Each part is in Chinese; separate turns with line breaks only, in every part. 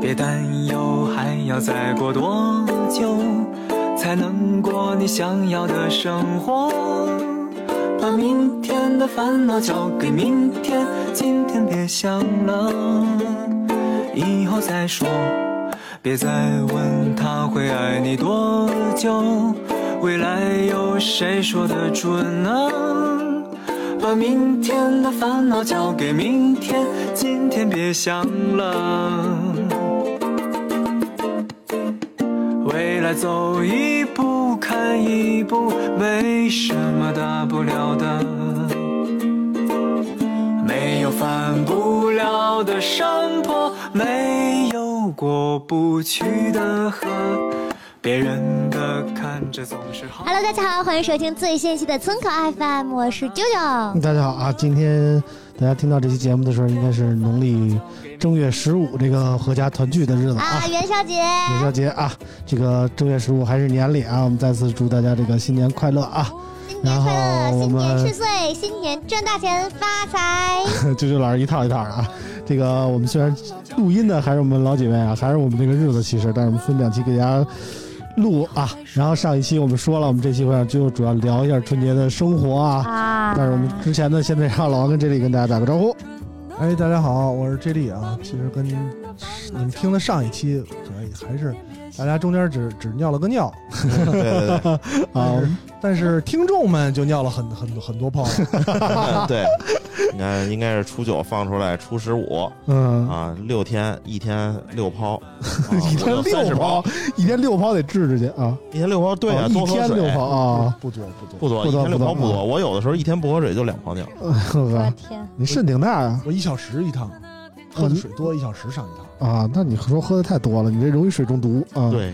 别担忧，还要再过多久才能过你想要的生活？把明天的烦恼交给明天，今天别想了，以后再说。别再问他会爱你多久，未来有谁说得准呢？把明天的烦恼交给明天，今天别想了。未来走一步看一步，没什么大不了的，没有翻不了的山坡，没有过不去的河，别人的看着总是好。
Hello，大家好，欢迎收听最新一期的村口 FM，我是啾啾。
大家好啊！今天大家听到这期节目的时候，应该是农历正月十五这个合家团聚的日子啊
啊，，元宵节，
元宵节啊！这个正月十五还是年里啊，我们再次祝大家这个新年快乐啊！
新年快
然
乐，
后我
新
们
年吃岁，新年赚大钱，发财。
啾啾老师一套一套的啊！这个我们虽然录音呢还是我们老姐妹啊，还是我们这个日子其实，但是我们分两期给大家录啊。然后上一期我们说了，我们这期会让啾啾主要聊一下春节的生活啊。
啊
但是我们之前呢，现在让老王跟这里跟大家打个招呼。
哎，大家好，我是 J D 啊。其实跟你们听的上一期，主要还是大家中间只只尿了个尿，
对对对
啊，
但是听众们就尿了很很多很多泡了。
嗯，对，你看应该是初九放出来，初十五
嗯，
啊，六天一天六抛，啊
一天
我就
六
30
抛
抛，，
一天六抛得治治去啊！
一天六抛，对啊，
哦
多
一
喝
天
水
六抛啊！
不多不多，
不多，
不
一
多
天六
不
抛
多
不多，我有的时候一天不喝水就两泡尿，
呵
我
呵，
天，
你肾挺大啊呀
我一小时一趟，喝的水多，一小时上一趟。
啊！那你说喝的太多了，你这容易水中毒啊！
对，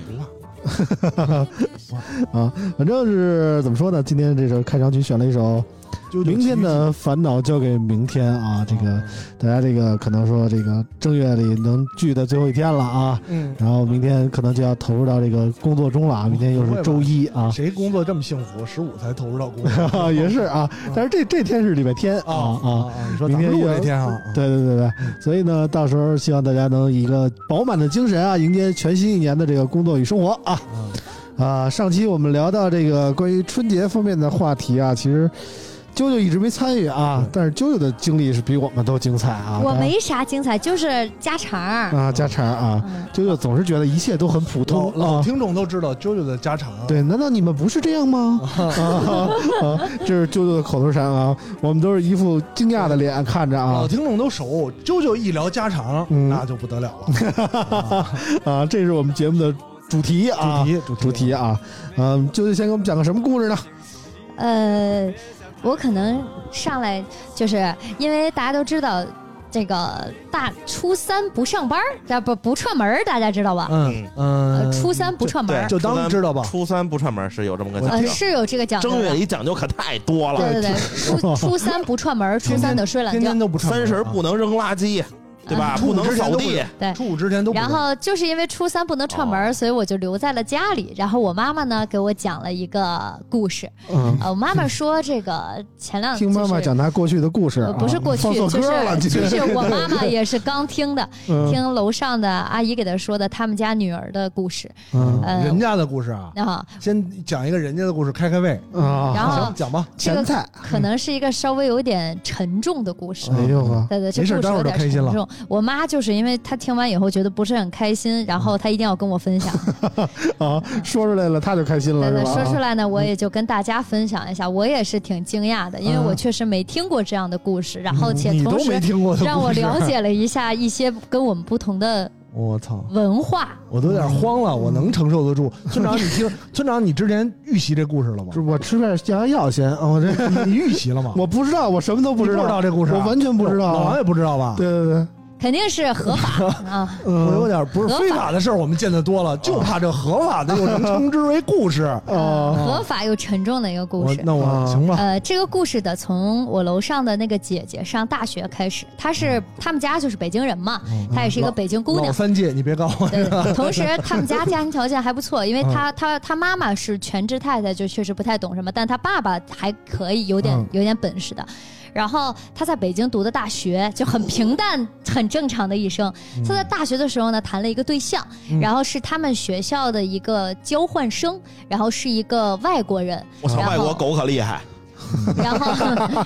啊，反正是怎么说呢？今天这首开场曲选了一首
就
嗯《明天的烦恼交给明天》啊，这
嗯
个大家这个可能说这个正月里能聚的最后一天了啊，
嗯，
然后明天可能就要投入到这个工作中了啊，明天又是周一啊。
谁工作这么幸福？十五才投入到工
啊，
作，
也是啊，
嗯
但是这这天是礼拜天
啊
哦
啊
啊啊，
啊！你说咱们录那天啊，啊，
对对对对，所以呢，到时候希望大家能以一个饱满的精神啊，迎接全新一年的这个工作与生活啊
嗯
啊！上期我们聊到这个关于春节方面的话题啊，其实啾啾一直没参与啊
对，
但是啾啾的经历是比我们都精彩啊。
我没啥精彩，就是家常儿。
啊，家常啊，
嗯，
啾啾总是觉得一切都很普
老
通
老
啊。
听众都知道啾啾的家常，，
对，难道你们不是这 样吗？啊，啊这是啾啾的口头禅啊，我们都是一副惊讶的脸看着啊
老。听众都熟。啾啾一聊家常，
嗯
那就不得了了。
啊，这是我们节目的主题啊，
主题主题
主题啊，嗯，究竟先给我们讲个什么故事呢？
呃，我可能上来就是因为大家都知道。这个大初三不上班儿，啊不不串门儿，大家知道吧？
嗯
呃
嗯，
初三不串门儿，
就当知道吧。
初三不串门是有这么个讲
呃
究，
是有这个讲究
正
的。
月里讲究可太多了，
对对对，初初三不串门儿，初三得睡懒
天
觉
天。都不串门
三
啊
十不能扔垃圾，对吧？
初
不
五
能
之前
扫
都不
地，
对
初五之前都不
然后就是因为初三不能串
哦
门儿，所以我就留在了家里。然后我妈妈呢给我讲了一个故事，
嗯，
呃，我妈妈说这个前两
听妈
就
妈
是
讲她过去的故事啊
呃，不是过去，
放错
就
歌了，
是
今
就
天
是我妈 妈也是刚听的，
嗯
听楼上的阿姨给她说的他们家女儿的故事
嗯
呃
人家的故事啊，
啊，
先讲一个人家的故事开开胃。
啊，
然后
行，讲吧。
这
前
个
菜，
可能是一个稍微有点沉重的故事。
哎呦呵，
对对，这
没事
故事
待会儿
有
就
点
开心
沉
了
重。我妈就是因为她听完以后觉得不是很开心，然
嗯
后她一定要跟我分 享。
啊，说出来了她就开心了
对
是
对，
吧？
说出来呢，
嗯
我也就跟大家分享一下，我也是挺惊讶的，因为我确实没听过这样的故事，然后且
嗯你
同
都没
时
听过的故事，啊
让我了。解了一下一些跟我们不同的
我操，
文化。
我都有点慌
嗯
了，我能承受得住。村长，你 听，村长，你之前预习这故事了吗
就？是我吃片降压药先啊，我这
你你预习了吗？
我不知道，我什么都
你不
知道，
这故事啊，
我完全不知道嗯
老王
啊，
也不知道吧？
对对对，
肯定是合 法啊。
我有点不是非法的事儿，我们见得多了，就
啊
怕这合法的又能称之为故 事。
哦
呃合法又沉重的一个故
哦我
事。
那
啊
我行吧，
呃，这个故事的从我楼上的那个姐姐上大学开始，她是他们家就是北京人嘛，她也是一个北京姑
嗯老
娘。
三届，你别告我。
对，同 时他们家家庭条件还不错，因为她
嗯
她她妈妈是全职太太，就确实不太懂什么，但她爸爸还可以，有点
嗯
有点本事的。然后她在北京读的大学就很平淡、很正常的一生。
嗯
她在大学的时候呢，谈了一个对象，然后是他们学校的一个交换生，然后是一个外国人。
我操，
然后
外国狗可厉害，
然后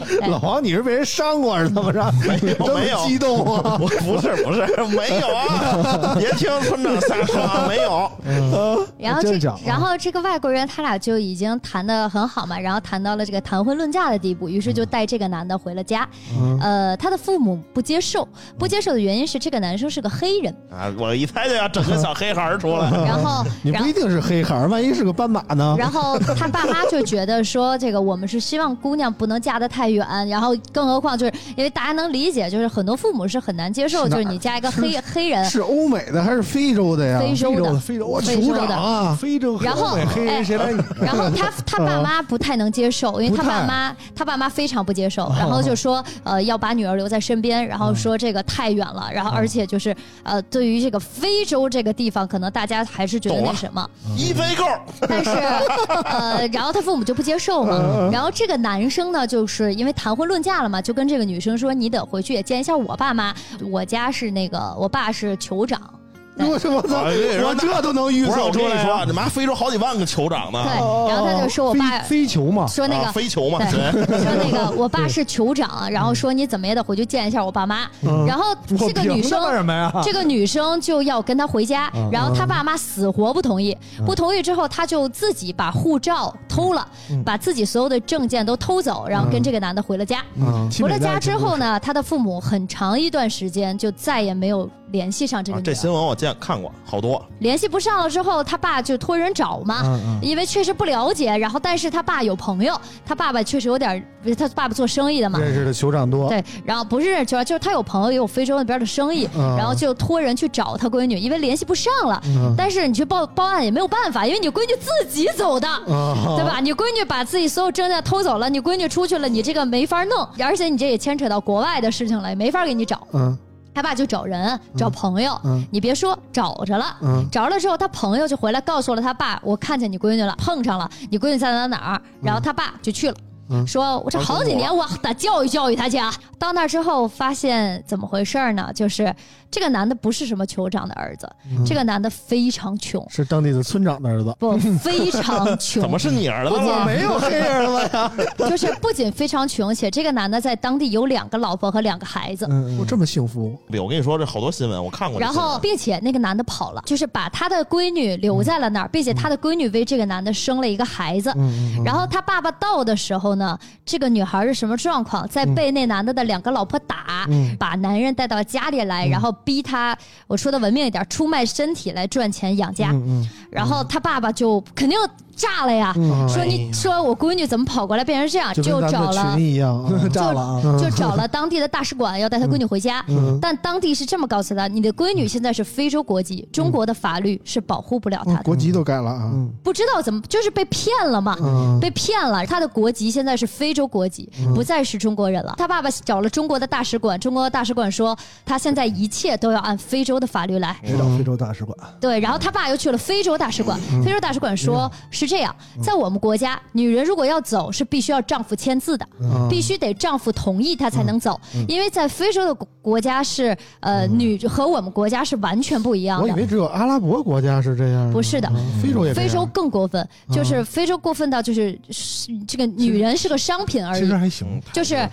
对
老王，你是被人伤过是怎 么着？没
有哦没有
激动啊！
我不是不是没有啊，别听村长瞎说啊，没有。
哦
然后
接着
这
讲啊，
然后这个外国人他俩就已经谈的很好嘛，然后谈到了这个谈婚论嫁的地步，于是就带这个男的回了家。
嗯
呃，他的父母不接受，不接受的原因是这个男生是个黑人，
啊，我一猜就要整个小黑孩儿出来。
然后，
你
然
不
后
一。定是黑孩儿，万一是个斑马呢？
然后他爸妈就觉得说，这个我们是希望姑娘不能嫁得太远，然后更何况就是因为大家能理解，就是很多父母是很难接受，
是哪
就
儿
是你嫁一个黑黑人，
是欧美的还是非洲的呀？
非洲的
非
非
我
洲的
酋长啊！
非 洲和
然后哎
欧美黑人谁来你？
然后 他他爸妈不太能接受，因为他爸妈他爸妈非常不接
哦
受，然后就说呃要把女儿留在身边，然
嗯
后说这个太远了，然后而且就是呃对于这个非洲这个地方，可能大家还是觉得
懂
那
了
什么，
一飞够，
但 是呃然后他父母就不接受
嗯
嘛，然后这个男生呢就是因为谈婚论嫁了嘛，就跟这个女生说你得回去也见一下我爸妈，我家是那个我爸是酋长。对
我我操！
哎这
我这都能预
不是
测
我跟
出
你
来
说
啊。
啊，你妈非洲好几万个酋长呢
对，，
哦
然后他就说我
哦
飞
爸
飞球嘛，
说那个
啊、飞球嘛，
对
对，
说那 个我爸是酋长，然后说你怎么也得回去见一下我爸妈。然后这个
嗯我
女生
凭他妈什么呀？
这个女生就要跟他回家，
嗯
然后他爸妈死活不同意，不同意之后，他就自己把护照偷了，
嗯
把自己所有的证件都偷走，然后跟这个男的回了家。
啊
嗯
回了家之后，呢，他的父母很长一段时间就再也没有联系上这个
啊
女
哦
这
的，
新闻我见看过好多，
联系不上了之后，他爸就托人找嘛，
嗯
因为确实不了解，然后但是他爸有朋友，他爸爸确实有点儿，不是他爸爸做生意的嘛，
认识的酋长多，
啊对，然后不是认识圈儿，就是他有朋友也有非洲那边的生意，
嗯
然后就托人去找他闺女，因为联系不上了，但是你去报报案也没有办法，因为你闺女自己走的。
啊，
对吧？你闺女把自己所有证件偷走了，你闺女出去了，你这个没法弄，而且你这也牵扯到国外的事情了，也没法给你找。
嗯
他爸就找人找朋友，
嗯
你别说找着了，
嗯
找着了之后，他朋友就回来告诉了他爸，我看见你闺女了，碰上了，你闺女在哪哪儿，然后他爸就去了。
嗯
说，我这好几年我得教育教育他去啊！到那儿之后，发现怎么回事儿呢？就是这个男的不是什么酋长的儿子，
嗯
这个男的非常穷，
是当地的村长的儿子。
不非常穷，
怎么是你儿子
不仅
了？啊
没有黑儿子呀，
就是不仅非常穷，且这个男的在当地有两个老婆和两个孩子。
嗯
我这么幸福，
我跟你说，这好多新闻我看过这
然
新闻。
后，并且那个男的跑了，就是把他的闺女留在
嗯
了那儿，并且他的闺女为这个男的生了一个孩子。然后他爸爸到的时候呢，这个女孩是什么状况？在被那男的的两个老婆打，
嗯
把男人带到家里来，然后逼他，我说的文明一点，出卖身体来赚钱养
嗯
家。然后他爸爸就肯定炸了呀，说你说我闺女怎么跑过来变成这样？
嗯哎就跟咱
啊找
们
了
的群一 样啊。嗯
嗯，炸了啊！
就找了当地的大使馆，要带他闺女回家。但当地是这么告诉他：你的闺女现在是非洲国籍，中国的法律是保护不了她的。
嗯国籍都改了啊，
嗯
嗯
不知道怎么，就是被骗了嘛，被骗了。她的国籍现在是非洲国籍，不再是中国人了。他爸爸找了中国的大使馆，中国的大使馆说，他现在一切都要按非洲的法律来。
知道非洲大使馆，
对，然后他爸又去了非洲大使馆，
嗯
非洲大使馆说是这样，在我们国家，女人如果要走是必须要丈夫签字的，
嗯
嗯
必须得丈夫同意她才能走，因为在非洲的国国家是呃女和我们国家是完全不一样
我以
的
为，只有阿拉伯国家是这样的，
不是的
啊，非洲也这
非
样
洲更过分，就是非洲过分到就是是这个女人是个商品而
其
已
实，还
嗯
行。
就是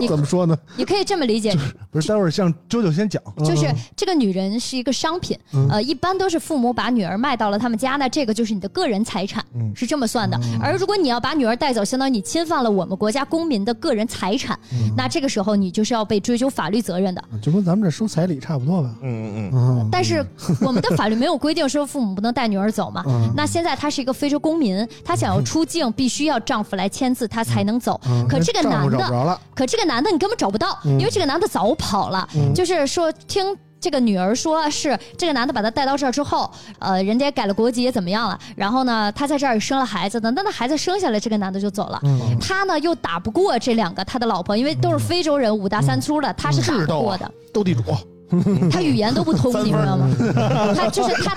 你
怎么说呢？
你可以这么理解，
不是，待会儿向周九先讲。
就是这个女人是一个商品，呃，一般都是父母把女儿卖到了他们家，那这个就是你的个人财产，是这么算的。而如果你要把女儿带走，相当于你侵犯了我们国家公民的个人财产，那这个时候你就是要被追究法律责责任的。
就跟咱们这收彩礼差不多吧。
嗯嗯嗯，
嗯，
但是我们的法律没有规定说父母不能带女儿走嘛。
嗯
那现在他是一个非洲公民，他想要出境，必须要丈夫来签字，他才能走。
嗯
可这个
那丈夫
男的
找不着了，
可这个男的你根本找不到，
嗯
因为这个男的早跑了。
嗯
就是说，听这个女儿说，是这个男的把她带到这儿之后，呃，人家改了国籍也怎么样了，然后呢，她在这儿生了孩子，等到那孩子生下来，这个男的就走了。
嗯
他呢又打不过这两个他的老婆，因为都是非洲人，五大三粗的，他是打
啊
不过
嗯
的，
斗地主，
他语言都不 通，你知道吗？他就是他，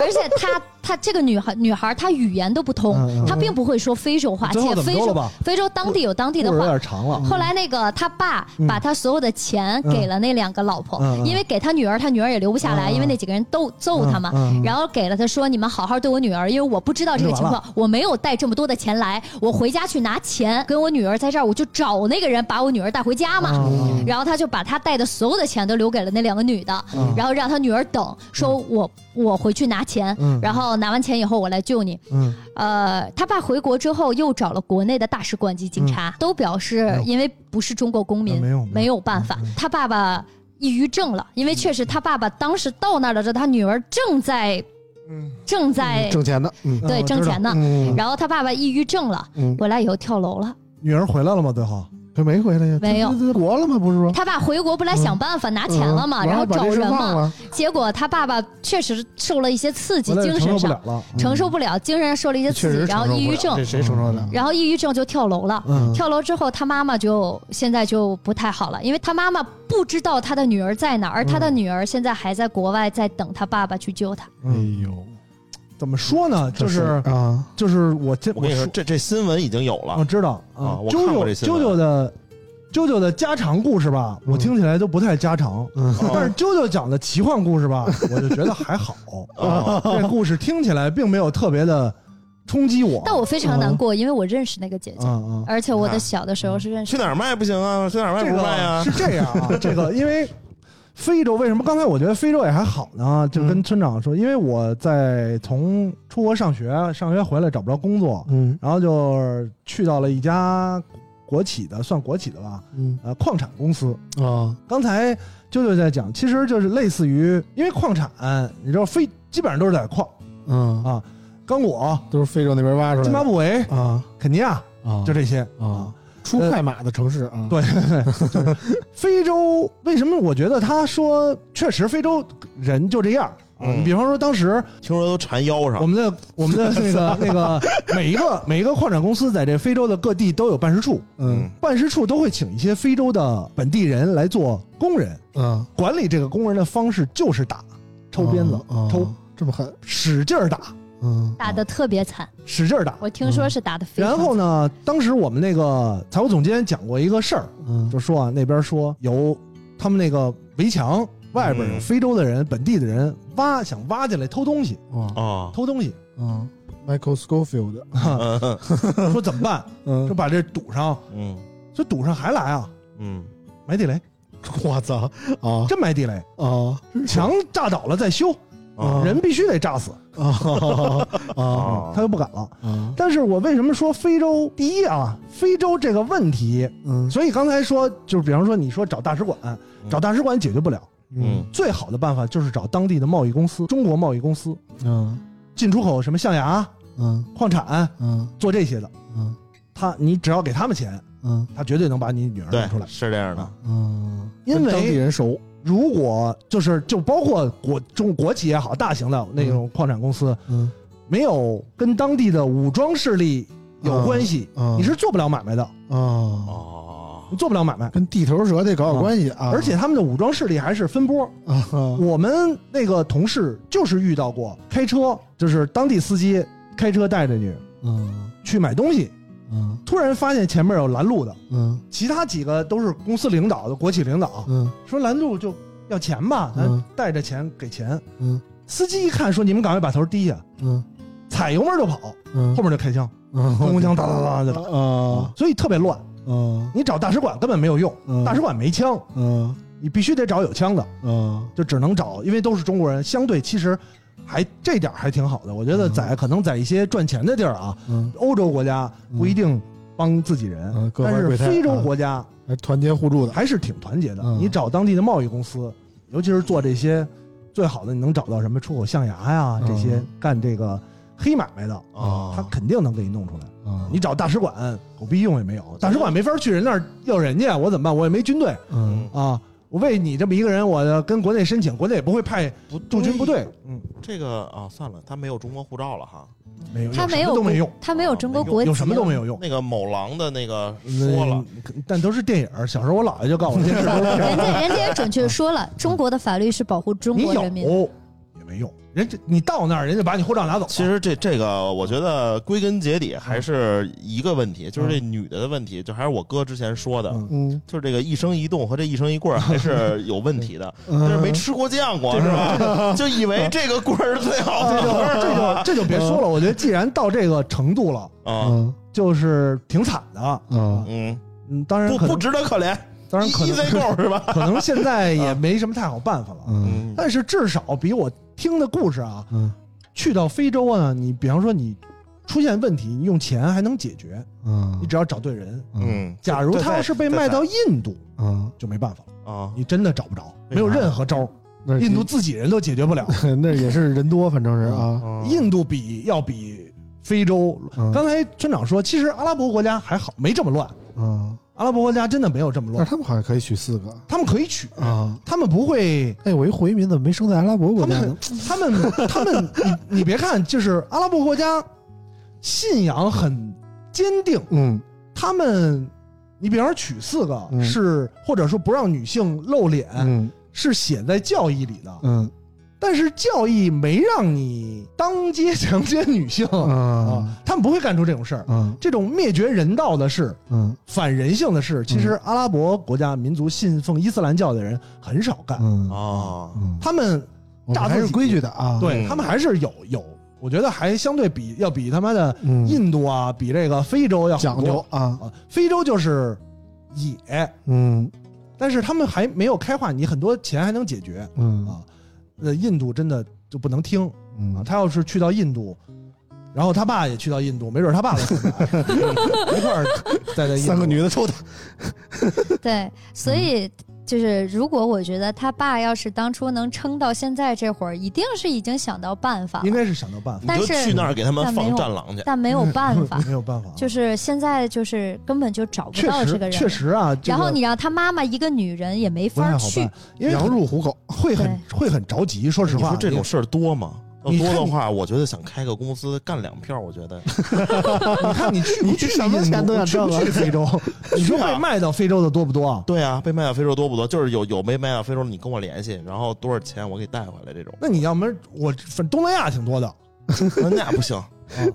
而且他他这个女孩女孩她语言都不
嗯
通
嗯，
她并不会说非洲话，
最后
且
怎么
非
着了
洲
吧？
非洲当地有当地的
故事有
话。
点长了，嗯
后来那个他爸
嗯
把他所有的钱给了那两个老婆，
嗯嗯嗯
因为给他女儿，他女儿也留不下来，
嗯嗯
因为那几个人都揍他嘛。
嗯嗯
然后给了他说：“你们好好对我女儿，因为我不知道这个情
那
况，我没有带这么多的钱来，我回家去拿钱跟我女儿在这儿，我就找那个人把我女儿带回家嘛。
嗯
然后他就把他带的所有的钱都留给了那两个女的，
嗯
然后让他女儿等，说我我回去拿钱，
嗯
然后拿完钱以后我来救你。
嗯
呃，他爸回国之后又找了国内的大使馆及警
嗯
察，都表
没
示
有
因为不是中国公民，
啊没有没有
办
嗯
法。他爸爸抑郁症了，因为确实他爸爸当时到那儿的时候，他女儿正在
嗯，
正在、
挣钱的，嗯
对
嗯
挣钱呢，
嗯
然后他爸爸抑郁症了，
嗯，
回来以后跳楼了。
女儿回来了吗？最后
可没回来呀，
没有
这这国了吗？不是说
他爸回国不来想办法拿钱了嘛，
嗯
然后
把
找
这事
人
忘
嘛，
了，
结果他爸爸确实受了一些刺激，
回来
精
就承
神
受不了
上
嗯了，
承受不了，精神上受了一些
确
刺
实
激，然后
承受
抑
不
郁
了
症
嗯
这，谁承受得了？
然后抑郁症就跳楼了。
嗯
跳楼之后，他妈妈就现在就不太好了，因为他妈妈不知道他的女儿在哪
嗯
儿，而他的女儿现在还在国外，在等他爸爸去救他。
哦
哎呦，
怎么说呢？就是
啊，
就是我这
我跟你说，这这新闻已经有
我
了，
知道嗯
啊我
啾
看过
啾
这新
啾
闻
啾的啾啾的家常故事吧，我
嗯
听起来都不太家常，
嗯
但是啾啾讲的奇幻故事吧，我就觉得还 好，
哦
这故事听起来并没有特别的冲击我。
但我非常难过，因为我认识那个姐姐，
嗯嗯，
而且我的小的时候是认识
去。哪儿卖不行啊？去哪儿卖
这
不卖
个
啊
是？这样啊，这个因为非洲为什么刚才我觉得非洲也还好呢？就
嗯
跟村长说，因为我在从出国上学，上学回来找不着工作，
嗯
然后就去到了一家国企的，算国企的吧，
嗯
呃，矿产公司。
啊，
刚才啾啾在讲，其实就是类似于，因为矿产，你知道非基本上都是在矿，
嗯
啊刚果、
都是非洲那边挖出来
津巴
的
布韦、
啊
肯尼亚，
啊，
就这些
啊。，出
呃
快马的城市啊，
对对对，就是非洲为什么？我觉得他说确实非洲人就这样啊。
嗯
你比方说当时
听说都缠腰
我
上，
们的我们 的那个那个每一个每一个矿产公司在这非洲的各地都有办事处，
嗯
办事处都会请一些非洲的本地人来做工人，
嗯，
管理这个工人的方式就是打，抽鞭子，
啊
抽
这么狠，
使劲儿打，
嗯
打的特别惨，
使劲儿打。
我听说是打的
嗯
非常
然
惨。
后呢，当时我们那个财务总监讲过一个事儿，
嗯
就说啊，那边说有他们那个围墙外边有
嗯
非洲的人、本地的人挖，想挖进来偷东西，
哇
啊，
偷东西，
嗯，Michael Scofield，
嗯
说怎么办？说
嗯，
把这堵上，
嗯
说堵上还来啊，
嗯，
埋地雷，
我操啊
真埋地雷，
啊
墙炸倒了再修，
啊
人必须得炸死，
啊啊
啊
他，又不敢了。
啊，
但是我为什么说非洲第一啊？非洲这个问题，
嗯
所以刚才说就是，比方说你说找大使馆，找大使馆解决不了，
嗯
嗯
最好的办法就是找当地的贸易公司，中国贸易公司
嗯
进出口什么象牙、
嗯
矿产，
嗯
做这些的，
嗯
他你只要给他们钱，
嗯
他绝对能把你女儿弄出
对，
来。
是这样的
啊，
嗯，
因为
跟当地人熟，
如果就是就包括国中国企也好，大型的那种矿产公司，
嗯
没有跟当地的武装势力有关系，
嗯
你是做不了买卖的，
啊，
哦，
你做不了买卖。
跟地头蛇得搞搞关系啊，
而且他们的武装势力还是分波。
啊
我们那个同事就是遇到过，开车就是当地司机开车带着你
嗯
去买东西，
嗯
突然发现前面有拦路的，
嗯
其他几个都是公司领导的国企领导，
嗯
说拦路就要钱吧，
嗯
咱带着钱给钱。
嗯
司机一看说：“你们赶快把头低下，
嗯
踩油门就跑。”
嗯
后面就开枪，
嗯
冲锋枪哒哒哒哒就打，
啊
所以特别乱。
啊
你找大使馆根本没有用，
嗯
大使馆没枪，
嗯
你必须得找有枪的，
嗯
就只能找，因为都是中国人。相对其实还这点儿还挺好的，我觉得在可能在一些赚钱的地儿啊，
嗯
欧洲国家不一定帮自己人
嗯，各
但
怀
是
鬼胎
非洲国家
还团结互助的，
还是挺团结的。
嗯
你找当地的贸易公司，尤其是做这些最好的，你能找到什么出口象牙呀
嗯
这些干这个黑买卖的，
哦
他肯定能给你弄出来。
啊，
你找大使馆，狗逼用也没有，大使馆没法去人那儿要人家，我怎么办？我也没军队
嗯，
啊，我为你这么一个人，我跟国内申请，国内也不会派
不
驻军部队，
哎
嗯，
这个啊，算了，他没有中国护照了哈。
没有，
他
没
没有
都没用，
他没有中国国籍，哦
有什么都没有用。
那个某狼的那个说了，
嗯，但都是电影儿。小时候我姥爷就告诉我，电视都是
人家人家也准确说
嗯
了，中国的法律是保护中
你
国
有
人民的。
也没用，人家你到那儿，人家把你护照拿走了。
其实这这个，我觉得归根结底还是一个问题，就是这女的的问题，就还是我哥之前说的，
嗯
嗯，
就是这个一生一动和这一生一棍儿还 是有问题的，就是没吃过见过是吧？ 就以为这个棍儿是最好
啊这
的
就
棍儿
这就这就别说了。我觉得既然到这个程度了，
啊，
嗯
就是挺惨的。
嗯
嗯，
嗯，当然
不
可
不
能，
值得可怜，
当然可
一一 Z
能，
够是吧？
可能现在也没什么太好办法了。
嗯
啊嗯，
但是至少比我听的故事啊，
嗯
去到非洲啊，你比方说你出现问题，你用钱还能解决，
嗯
你只要找对人。
嗯
假如他要是被卖到印度，
嗯，
就没办法了，
啊，
你真的找不着，
为啥
没有任何招儿。
那
印度自己人都解决不了，
那也是人多，反正是啊，
嗯
印度比要比非洲。
嗯
刚才村长说，其实阿拉伯国家还好，没这么乱。
嗯，
阿拉伯国家真的没有这么
但
乱，
是他们好像可以娶四个
他们可以娶，
啊。
他们不会，
哎，我一回民怎么没生在阿拉伯国
他
家呢
们？他们他们， 你你别看就是阿拉伯国家信仰很坚定，
嗯
他们。你比方说娶四个、
嗯
是，或者说不让女性露脸、
嗯
是写在教义里的，
嗯
但是教义没让你当街强奸女性、
啊
啊，他们不会干出这种事儿。
嗯
这种灭绝人道的事、
嗯
反人性的事，其实阿拉伯国家民族信奉伊斯兰教的人很少干。
嗯
啊，
嗯，
他们
我们还是规矩的啊。
对、
嗯
他们还是有有，我觉得还相对比要比他妈的
嗯，
印度啊，比这个非洲要好
讲
多
究啊，
啊。非洲就是野，
嗯
但是他们还没有开化，你很多钱还能解决
嗯
啊。那印度真的就不能听啊，
嗯，
他要是去到印度。然后他爸也去到印度，没准他爸都回来 一块儿在在印度
三个女的抽他，
对，所
嗯
以就是如果我觉得他爸要是当初能撑到现在这会儿，一定是已经想到办法
应
了，
该是想到办法
你，
但
就是去那儿给他们放战狼去，
但没有办
嗯
法，
没有办法，
啊 就是现在就是根本就找不
确
到这个
实
人。
确实啊，这
然后
个
你让他妈妈一个女人也没
不太
法
好
去
办，，因为
羊入虎口。
会很会很着急。说实
你
话
说，这种事儿多吗？要
你看
多
你
的话，我觉得想开个公司干两票，我觉得
你看你 去不去
什么
印度
钱都想
去不
挣啊
去非 洲？你说
去啊
被卖到非洲的多不多啊？，
对啊，被卖到非洲多不多？就是有有没卖到非洲，你跟我联系，然后多少钱我给带回来这种
那你要么我反东南亚挺多的，
那不 行，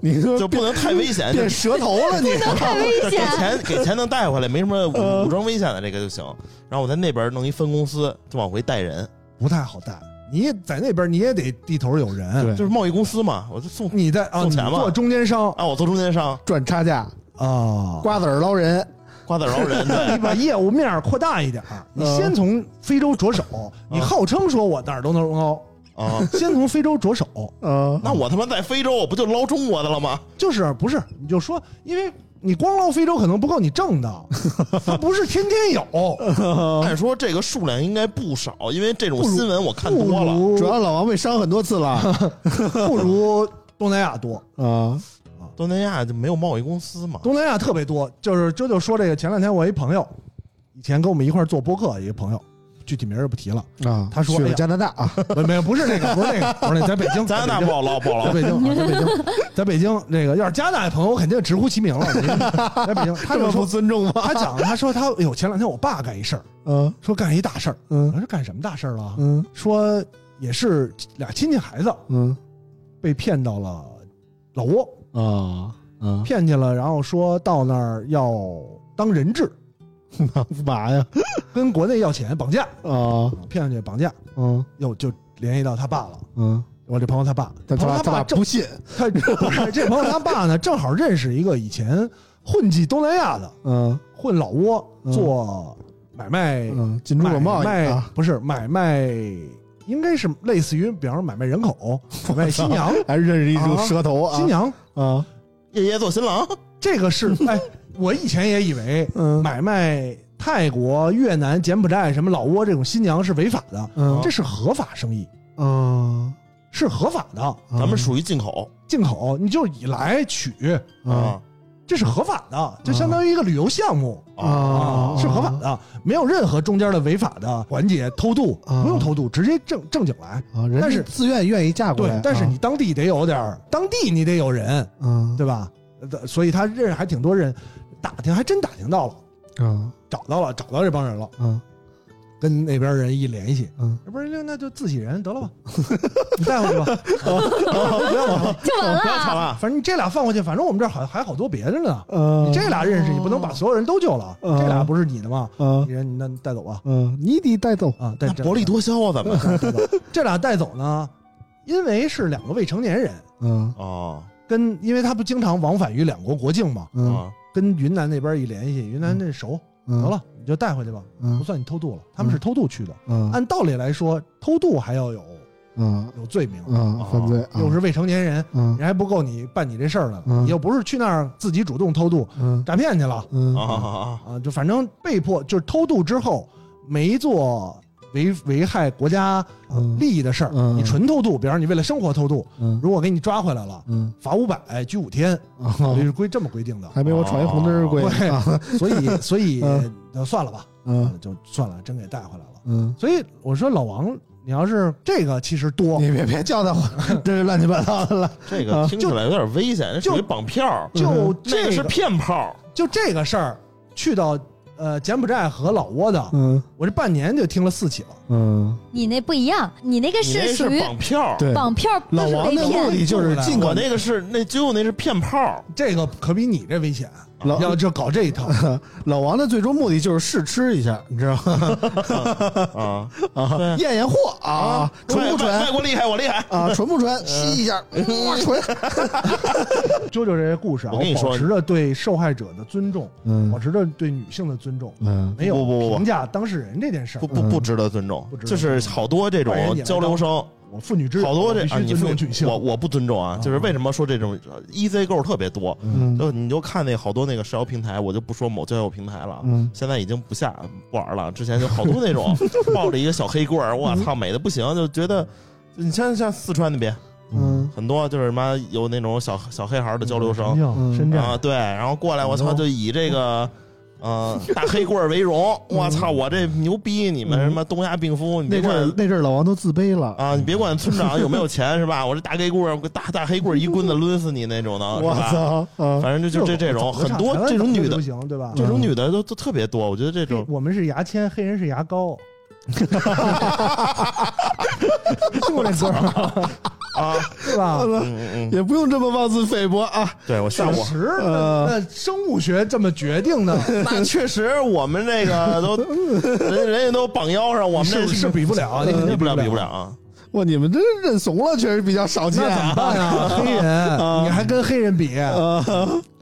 你说
就不能太危险，
变舌头了你，
太危
就给
险。
钱给钱能带回来，没什么武武装危险的这个就行。然后我在那边弄一分公司，就往回带人，
不太好带。你也在那边你也得地头有人，
对
就是贸易公司嘛，我就送
你在啊，
送
你
钱吧
做中间商
啊，我做中间商，
赚差价，
啊，
瓜子儿捞人。
瓜子饶人， 对
你把业务面儿扩大一点儿，
嗯
你先从非洲着手。你号称说我哪儿都能 捞，
啊。
先从非洲着手。
嗯
那我他妈在非洲，我不就捞中国的了吗？
就是不是？你就说，因为你光捞非洲可能不够你挣 的，它不是天天有，
按说这个数量应该嗯不少，因为这种
不如
新闻我看
不
多了。
主
如
要老王被伤很多次了
不如东南亚多。
啊，
东南亚就没有贸易公司嘛？
东南亚特别多，就是啾啾说这个。前两天我一朋友，以前跟我们一块儿做播客一个朋友，具体名儿就不提了。
啊，
他说
去
哎
了
呀
加拿大啊，
不没有，不是那个，不是那个，不是那个，在北京，
加拿大不
在
好捞，不 好捞。
北京，在北京，啊在北京，在北京。这个要是加拿大的朋友，我肯定直呼其名了。你 在北京，他就说，
尊重吗？
他讲，他说他，哎呦，前两天我爸干一事儿，
嗯
说干一大事儿。我
嗯
说干什么大事儿了？
嗯
说也是俩亲戚孩子
嗯
被骗到了老挝，
啊啊，
骗去了，然后说到那儿要当人质，
干嘛呀？
跟国内要钱绑架，
啊
骗去绑架，
嗯
又就联系到他爸了。
嗯，
我这朋友他爸，
但他
朋
爸
友
他
爸
爸
正
不信，
他 不是这朋友他爸呢，正好认识一个以前混迹东南亚的，
嗯
混老挝
嗯
做买卖，
嗯，进出口贸易
买卖
啊，
不是买卖，应该是类似于，比方说买卖人 口，买卖新娘，
还认识一种
啊
舌头啊
新娘
啊，
夜夜做新郎，
这个是哎，我以前也以为
嗯
买卖泰国、越南、柬埔寨、什么老挝这种新娘是违法的，
嗯
这是合法生意，
嗯，
是合法的
咱们属于进口
进口，你就以来取，
啊
啊
这是合法的，
嗯
就相当于一个旅游项目。
啊
是合法的，没有任何中间的违法的环节，偷渡
啊
不用偷渡，直接正正经来。
啊，人
但
家
是
自愿愿意嫁过来
对
啊，，
但是你当地得有点儿，当地你得有人，
嗯
对吧？呃所以他认识还挺多人，打听还真打听到了，
嗯
找到了，找到这帮人了，
嗯
跟那边人一联系，
嗯，
不是那那就自己人得了吧， 你带回去吧，
就 完
不要抢
了。
了，
反正你这俩放回去，反正我们这儿好还好多别的呢。
呃
你这俩认识，你不能把所有人都救了，
哦
这俩不是你的吗？
嗯
你人你那你带走吧，
嗯，你得带走
啊，带
那
这
薄利多销啊， 咱们
带走这俩带走呢，因为是两个未成年人，
嗯
哦
跟因为他不经常往返于两国国境嘛，
嗯
啊
跟云南那边一联系，云南那熟，
嗯，
得了，你就带回去吧，
嗯
不算你偷渡了。他们是偷渡去的，
嗯
按道理来说，偷渡还要有
嗯
有罪名，
嗯，犯罪
又是未成年人，
嗯
你还不够你办你这事儿来了，
嗯
你又不是去那儿自己主动偷渡
嗯
诈骗去了
嗯
啊啊
啊，就反正被迫就是偷渡之后没做。危危害国家
嗯
利益的事儿，
嗯
你纯偷渡，比方你为了生活偷渡，
嗯
如果给你抓回来了，
嗯，
罚五百，拘五天，法律
哦
是规这么规定的。
还没我闯一红灯儿贵
对
啊，
所 以所以
嗯
就算了吧，呃
嗯
就算了，真给带回来了。
嗯。
所以我说老王，你要是这个其实多，
你别别叫他， 真是乱七八糟的了。
嗯这个听起来有点危险，那属于绑票，嗯
就
那
这
个是
个
骗炮，
就这个事儿，去到呃柬埔寨和老挝的，
嗯
我这半年就听了四起了。
嗯，
你那不一样，你那个
你那
是属于
绑票，
对，
绑票不
老
是
王
被
的啊目
骗，
的就是尽
我
管
那个是那最后那是骗炮，
这个可比你这危险，啊
老
要就搞这一 套，
老王的最终目的就是试吃一下，你知道 吗？
啊
啊，验验货啊，纯
外外
不纯
外国厉害，我厉害。
啊？纯不纯？吸一下，哇， 纯。
啾啾这些故事啊，
我跟你说
保持着对受害者的尊重，
嗯
保持着对女性的尊重，
嗯
没有
不不不不
评价当事人这件事儿
不。不嗯不值得尊重哎
不值，得
就是好多这
不然你
种
来
交流生，
我妇女之友
好多
我
这
必
啊，
须
你
尊重
父
女性，
我我不尊重啊，就是
啊
为什么说这种，E EZ 购特别多，
嗯
就你就看那好多那个社交平台，我就不说某交友平台了，
嗯
现在已经不下不玩了，之前就好多那 种抱着一个小黑棍儿，我
嗯
操，美的不行，就觉得。你像像四川那边
嗯
很多就是什么有那种小小黑孩儿的交流生
嗯
嗯深圳
啊，对，然后过来我操就以这个呃大黑棍儿为荣，
嗯
我操我这牛逼，你们什么东亚病夫，你别
那阵
管
儿那阵儿老王都自卑了
啊，你别管村长有没有钱是吧？我这大黑棍儿，大大黑棍儿一棍子抡死你那种的，
我
是吧？
操啊！
反正就就这这种很多这种女的
不，行，对吧？嗯
这种女的都都特别多。我觉得 这种
我们是牙签，黑人是牙膏，听过这词儿吗
啊，
对吧？
嗯嗯嗯，
啊也不用这么妄自菲薄啊！
对我下
确
午
实，
呃
嗯
那那生物学这么决定的，
那确实我们这个都人人家都绑腰上，我们这
是是比不了， 你肯
比
定
不了，比
比
不了。啊！
哇，你们这认怂了，确实比较少见
那怎么
啊！
办啊？
嗯
黑人，你还跟黑人比？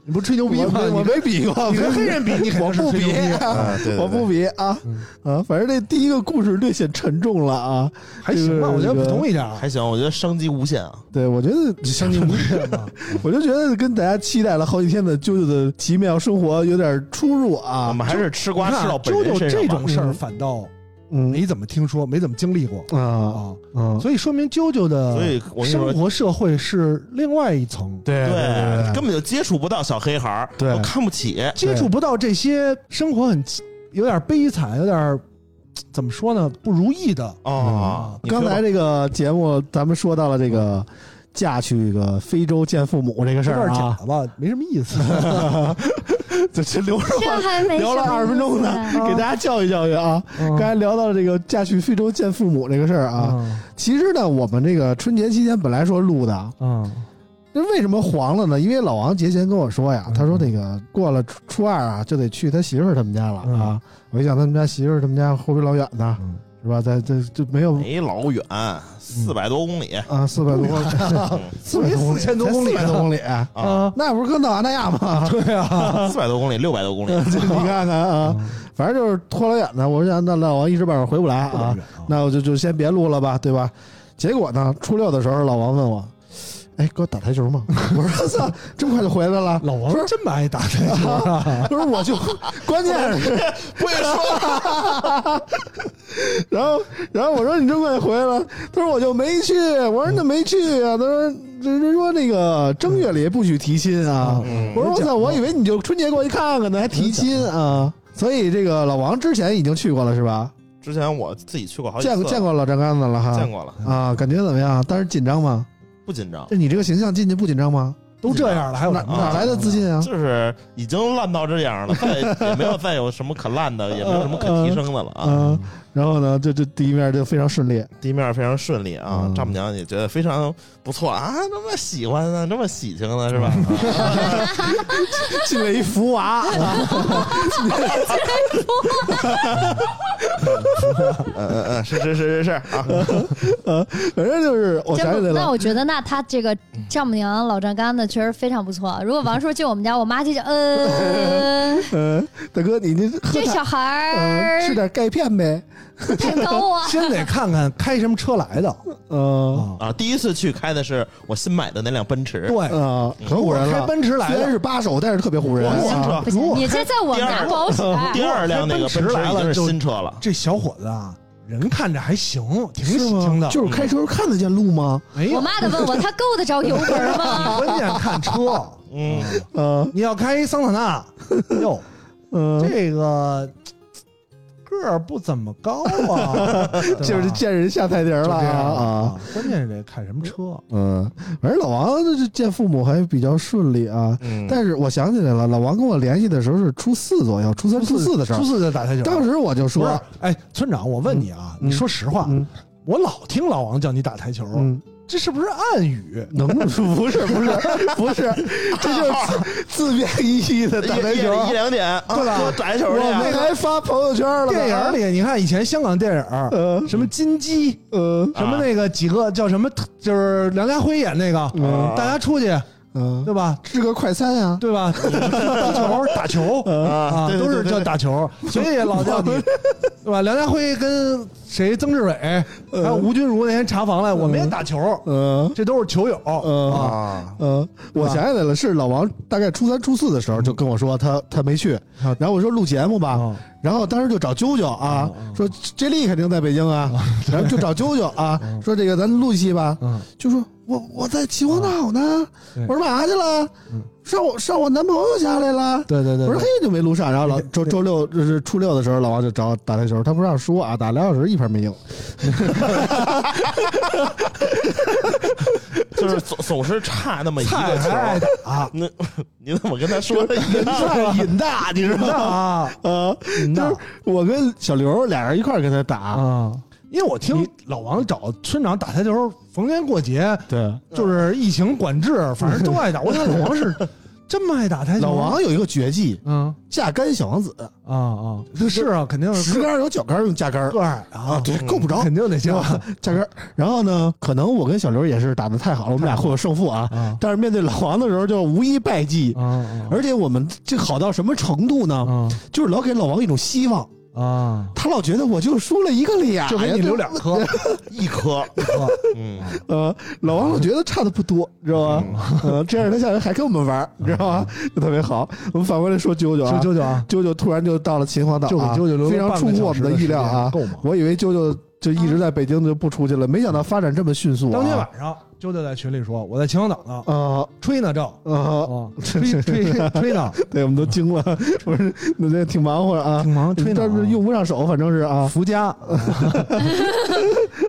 你不是吹牛逼
我
吗？
没我
你
没比过，
你跟黑人比，你肯
我
定是
不
吹牛
比
逼。
啊对对对
我不比啊啊！反正这第一个故事略显沉重了啊，
还行吧，我觉得普通一点。
还行，我觉得商机无限啊。
对我觉得
相信无限嘛，
我就觉得跟大家期待了好几天的啾啾的奇妙生活有点出入
我
啊。
们还是吃瓜
你看
吃到
啊
本
啾啾
人身上
这
吧
种事儿反倒
嗯
没怎么听说，没怎么经历过
啊啊
啊。
嗯，
所以说明啾啾的，
所以我跟你说
生活社会是另外一层，
对
对，根本就接触不到小黑孩儿，
对
都看不起。
接触不到这些生活很有点悲惨，有点儿怎么说呢，不如意的。
啊，你说
刚
吧
才这哎个节目咱们说到了这个嫁去一个非洲见父母这个事
有点
儿
假
啊，
吧，没什么意思。
这这留着
这还没
聊了
什么
二十分钟呢
意思，
给大家教育教育啊。刚才聊到了这个嫁去非洲见父母这个事儿啊，
啊
其实呢，我们这个春节期间本来说录的，
啊
嗯那为什么黄了呢？因为老王节前跟我说呀，
嗯
他说那个过了初初二啊，就得去他媳妇儿他们家了啊。我一想他们家媳妇儿他们家后边老远的，
嗯
是吧？在这就没有
没老远，四百多公 里。
啊，四百多公里， 四百多公里，
四千多公里
四百多公里，
啊，
那不是跟瓦那亚吗？
对啊，
四百多公里，六百多公里，
你看看啊，反正就是拖老远的。我想那老王一时半会儿回不来啊，那我就就先别录了吧，对吧？结果呢，初六的时候老王问我，哎，给我打台球吗？ 我说操，这么快就回来了。
老王这么爱打台球 啊？
不是，我就关键是，
不许说，
然后然后我说你这么快就回来了，他说我就没去，我说那没去啊，他说人说那个正月里不许提亲啊，
嗯
我说我操，我以为你就春节过去看看呢，还提亲啊，所以这个老王之前已经去过了是吧？
之前我自己去过好几次，
见过见过老张杆子了哈，
见过了，
啊，感觉怎么样？当时紧张吗？
不紧张，
就你这个形象进去不紧张吗？
都这样了，还有
哪
什么，
哪来的自信啊？
就是已经烂到这样 了，再也没有再有什么可烂的，也没有什么可提升的了啊。
嗯，然后呢，这这第一面就非常顺利，
第一面非常顺利啊，
嗯
丈母娘也觉得非常不错啊，这么喜欢呢、这么喜庆呢、是吧？啊
进了一福娃，
嗯嗯 嗯，是是是是是啊，
反正就是我
这
想起来
不那
了，嗯
我觉得，那他这个丈母娘老丈杆子确实非常不错。啊如果王叔进我们家，我妈就想， 呃，
嗯，大哥，你这喝
这
点
小孩
嗯吃
儿
点钙片呗，
太高啊
先得看看开什么车来的
嗯
啊。
啊！第一次去开的是我新买的那辆奔驰，
对，
啊，很唬人
开
了。
奔驰来
虽然
的，
是八手，但是特别唬人
我新
啊。
车
不行，你这在我们
第
家
二
不好使。啊
第二辆那个奔
如
驰
果开奔驰来
已
了
经是
就
新车了，
这小伙子啊，人看着还行，挺
是
喜庆
吗
的？。
就是开车看得见路吗？
没
我
有，
妈得问我，他够得着油门 吗？
关键看车。
嗯，
嗯
你要开桑塔 纳，哟，
嗯，
这个个儿不怎么 高啊，对吧
就是见人下菜碟儿
就
了
这样
啊啊。
啊。关键是得看什么车。
嗯，反正老王这见父母还比较顺利啊。
嗯
但是我想起来了，老王跟我联系的时候是初四左右，初三、初四的时候
初，四就打台球，
当时哎我就
不
说
是，。哎，村长，我问你啊，
嗯
你说实话，
嗯
我老听老王叫你打台球，
嗯，
这是不是暗语？
能不不是不是不是， 这就是自自面一意 的打台
夜夜
球。
里一两点啊，
对吧
多打台球
我
去
们
啊，
还发朋友圈了吗，
电影里哎你看以前香港电影儿，
呃
什么金鸡，
呃
什么那个几个叫什么，就是梁家辉演那个，
嗯
大家出去
嗯，
对吧？
吃个快餐啊，
对 吧？打球打球
嗯
啊，
对对
都是
对
叫打 球，所以老叫你，对吧？梁家辉跟谁曾志伟还有吴君如那天查房来，我们也打球，
嗯
这都是球友啊。
啊，
嗯，我想起来了，是老王大概初三、初四的时候就跟我说他他没去，然后我说录节目吧，
啊
然后当时就找啾啾啊，说 J 莉肯定在北京啊，然后就找啾啾啊，说这个咱录一期吧，
嗯
就说我我在秦皇岛呢，
啊对嗯
我说干嘛去了，上我上我男朋友家来了。
对对对
我说嘿
对，
就没录上，然后老周周六就是初六的时候，老王就找我打台球，他不让说啊，打两小时一盘没赢。
就是总总是差那么一
菜
个球
还爱
儿。
打，
那你怎么跟他说的一样？
瘾大，你知道
那
吗？
啊
啊，
那
就是我跟小刘俩人一块儿跟他打，
啊，因为我听老王找村长打台球，逢年过节
对，
就是疫情管制，反正都爱打。我想老王 是这么爱打台球，
老王有一个绝技，
嗯
架杆小王子，
啊啊，是啊，肯定
十
是
杆有九杆用架杆
个矮
啊，
啊，
对，够不着
肯定得先
行吧
啊，
架杆。然后呢，呃可能我跟小刘也是打的太好了，我们俩会有胜负啊。
啊
但是面对老王的时候，就无一败绩，
啊
而且我们这好到什么程度呢？
啊
就是老给老王一种希望，
啊，
他老觉得我就输了一个俩呀，
就给你
对
留两 颗，
一颗，嗯，
呃，老王我觉得差的不多，知道吧？呃，这样他下回还跟我们玩儿，你知道吗？就特别好。我们反过来说啾啾
说
啊，
舅舅啊，
啾啾突然就到了秦皇岛、啊，
就给舅舅留了
非常
半
出
个
乎我
小
们
时
的
的
意
时
料
间
啊！
够吗？
我以为啾啾就一直在北京就不出去了，没想到发展这么迅速、啊。
当天晚上，舅舅在群里说我在秦皇岛呢，
呃
吹呢正
呃，
啊， 吹吹吹呢，
对，我们都惊了，不是，那那挺忙活啊
挺， 忙，吹呢嗯啊
但，是用不上手，反正是啊，
福家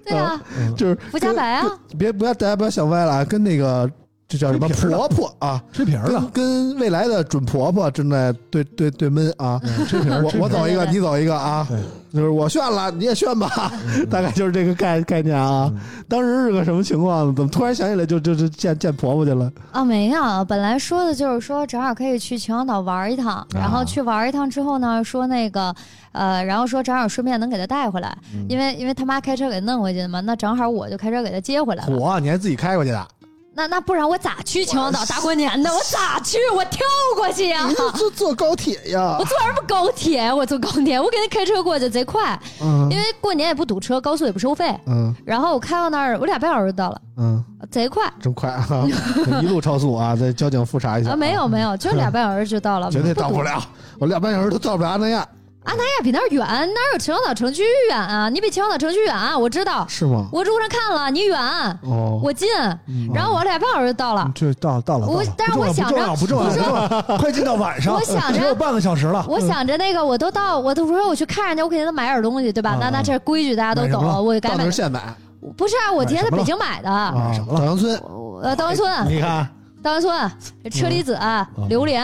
对啊，
嗯
呃就是
福加白啊，
别不要大家不要想歪了啊，跟那个这叫什么
吹瓶儿的
婆婆啊，
吹瓶儿
跟
呢，
跟未来的准婆婆正在对对对闷啊，
吹瓶儿，
我
吹
我
瓶儿
走一
对对
个，
对
你走一个啊，就是我炫了，你也炫吧， 大概就是这个概概念啊。当时是个什么情况？怎么突然想起来就就就见见婆婆去 了？
啊没有，本来说的就是说正好可以去秦皇岛玩一
啊
趟，然后去玩一趟之后呢，说那个呃，然后说正好顺便能给他带回来，
嗯
因为因为他妈开车给弄回去的嘛，那正好我就开车给他接回来了。
啊火，你还自己开过去的？
那那不然我咋去秦皇岛大过年的？我咋去？我跳过去呀、
你就坐坐高铁呀
我？坐什么高铁？我坐高铁，我给他开车过去，贼快。
嗯
因为过年也不堵车，高速也不收费。
嗯
然后我开到那儿，我俩半小时就到了，
嗯，
贼快
真快 啊！一路超速啊，在交警复查一下
啊！没有没有， 就是俩半小时就到了，
嗯绝对
不
到
堵
不了， 我俩半小时都到不了安那亚，
安那亚比那儿远，哪有秦皇岛城区远啊？你比秦皇岛城区远啊，我知道，
是吗？
我路上看了，你远，
哦，嗯
我近，然后我俩半小时就到了。
嗯这到到了，到
我
了
但是我想
不重要
着
不重要，
我
不
说
重要，不重要快进到晚上，
我想着
只有半个小时
哦
了，
嗯
我想着那个，我都到，我都说我去看人家，我肯定得买点东西，对
啊
吧？那那这规矩大家都
买什么了
懂，我该
到那
买
儿。现买
不是啊，我今天在北京买的，
嗯
啊，稻香村，
我呃，稻香村，
你看，嗯哦
稻香村，啊车厘子、啊榴莲，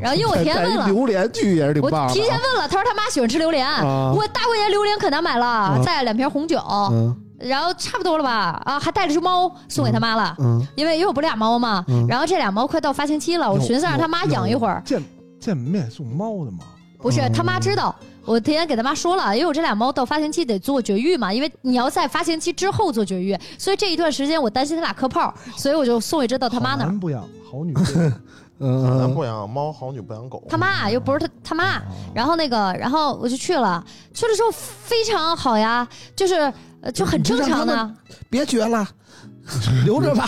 然后因为我提前问
带
了
一。榴莲去也是挺
我
棒的啊。
提前问了，他说他妈喜欢吃榴莲，
啊
我大过年榴莲可难买了，带了两瓶红酒，
嗯
然后差不多了吧，啊，还带了只猫送给他妈了，
嗯，
因为因为我不是俩猫嘛，然后这俩猫快到发情期了，我寻思让他妈养一会儿，
见见面送猫的嘛，
不是他妈知道，我提前给他妈说了，因为我这俩猫到发情期得做绝育嘛，因为你要在发情期之后做绝育，所以这一段时间我担心它俩磕泡，所以我就送一只到他妈那
好
儿。
男不养好女不养
嗯
咱
嗯
不养啊猫，好女不养狗。
他妈又不是他他妈，然后那个，然后我就去了，去了之后非常好呀，就是呃就很正常的，
别绝了，留着吧。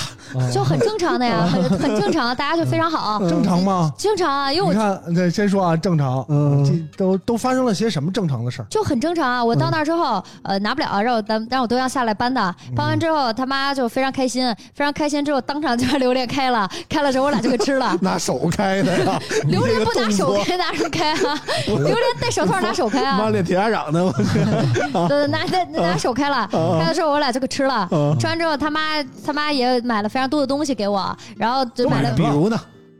就很正常的呀，很很正常，啊大家就非常好，
正常吗？
正常啊，因为
你
我
看，那先说啊，正常，
嗯。
这都都发生了些什么正常的事儿？
就很正常啊。我到那儿之后，呃，拿不了，让我担让我都要下来搬的，搬完之后他妈就非常开心，非常开心之后当场就把榴莲开了，开了之后我俩就给吃了
拿手开的呀，
榴莲不拿手
你这
开，拿什么开啊？榴莲戴手套拿手开
个动作，
啊
妈？练铁砂掌的，我
对，拿拿拿手开了，开了之后我俩就给吃了。吃完之后，他妈他妈也买了非常多的东西给我，然后就
哦
买了
比如呢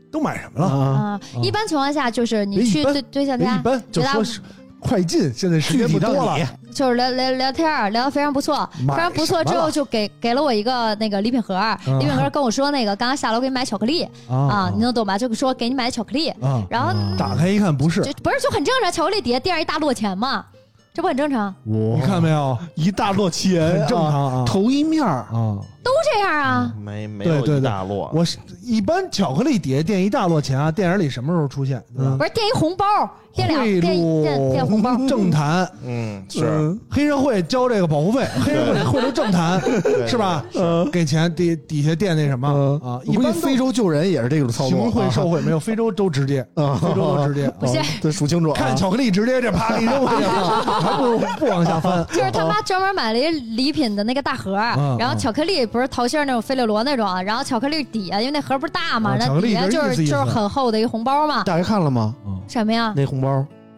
都买什么了？
啊，
啊。一般情况下就是
别
你
一
去
般
对对啊象
别
家
一，般就
绝大
说是快进，现在时间不多了，啊
就是聊聊聊天儿，聊得非常不错，
买
非常不错。
什么
之
了嗯
后就给给了我一个那个礼品盒儿，礼品盒儿跟我说那个刚刚下楼给你买巧克力啊，你能懂吧？就说给你买巧克力，
啊！
然后嗯
打开一看，不是
就，不是就很正常，巧克力底下垫儿一大摞钱嘛，这不很正常？
我
你看没有？
一大摞钱，
很正常啊
头一面儿
啊，
都这样啊，
没没
对
有
对
一
对
大摞，
我是一般巧克力底下垫一大摞钱啊，电影里什么时候出现？对吧
不是垫一红包儿，垫两
贿
垫一垫 垫红包儿。
赂政坛，
嗯，是
嗯
黑社会交这个保护费，黑社会 贿赂政坛，
对
是吧？
嗯
给钱底底下垫那什么
嗯
啊？
我
一
估计
般
非
洲
洲救人也是这种操作
行
啊，
贿受贿没有，非洲都直接，
啊，
非洲都直接。
不
哦
是
啊 得数清楚啊，
看巧克力直接这啪一扔回去， 还不如不往下翻。
就是他妈专门买了一礼品的那个大盒儿
嗯，
然后巧克力不是桃心儿那种费列罗那种，然后巧克力底下因为那盒儿不是大嘛，
嗯巧
那
克力
底下
就是
就
意思
是
意思
就是很厚的一个红包嘛。
大家看了吗？
什么呀？
那红包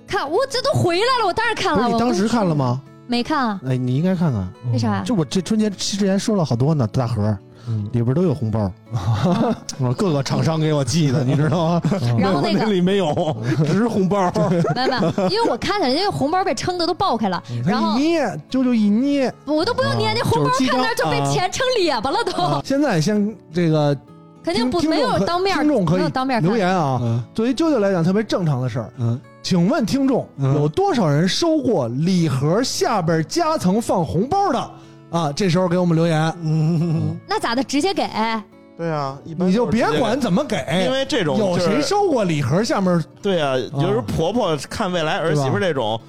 看我这都回来了，我当然看
不
了。
是你
啊我
当时看了吗？
没看啊？
哎，你应该看看，
哦
为啥？
就我这春节之前说了好多呢，大盒
嗯
里边都有红包，我各个厂商给我寄 的，你知道吗？
然后那个
那里没有，只是红包。
没有没有，因为我看见人家红包被撑的都爆开了，然
嗯他
后
一捏，啾啾一捏。
我都不用捏，那红包
就
看
是记账
那儿就被钱撑咧巴了都，
啊现在先这个
肯定不
听
没有
听众可
当面
听众可
没有
以
当面看
留言啊。
嗯
作为啾啾来讲，特别正常的事儿。
嗯，
请问听众
嗯
有多少人收过礼盒下边夹层放红包的？啊，这时候给我们留言，
嗯
那咋的？直接给
对啊，一般
你就
都是
别
直接
管怎么给，
给，因为这种
哎有
就是
谁收过礼盒下面
对啊，有时候婆婆看未来儿媳妇这种，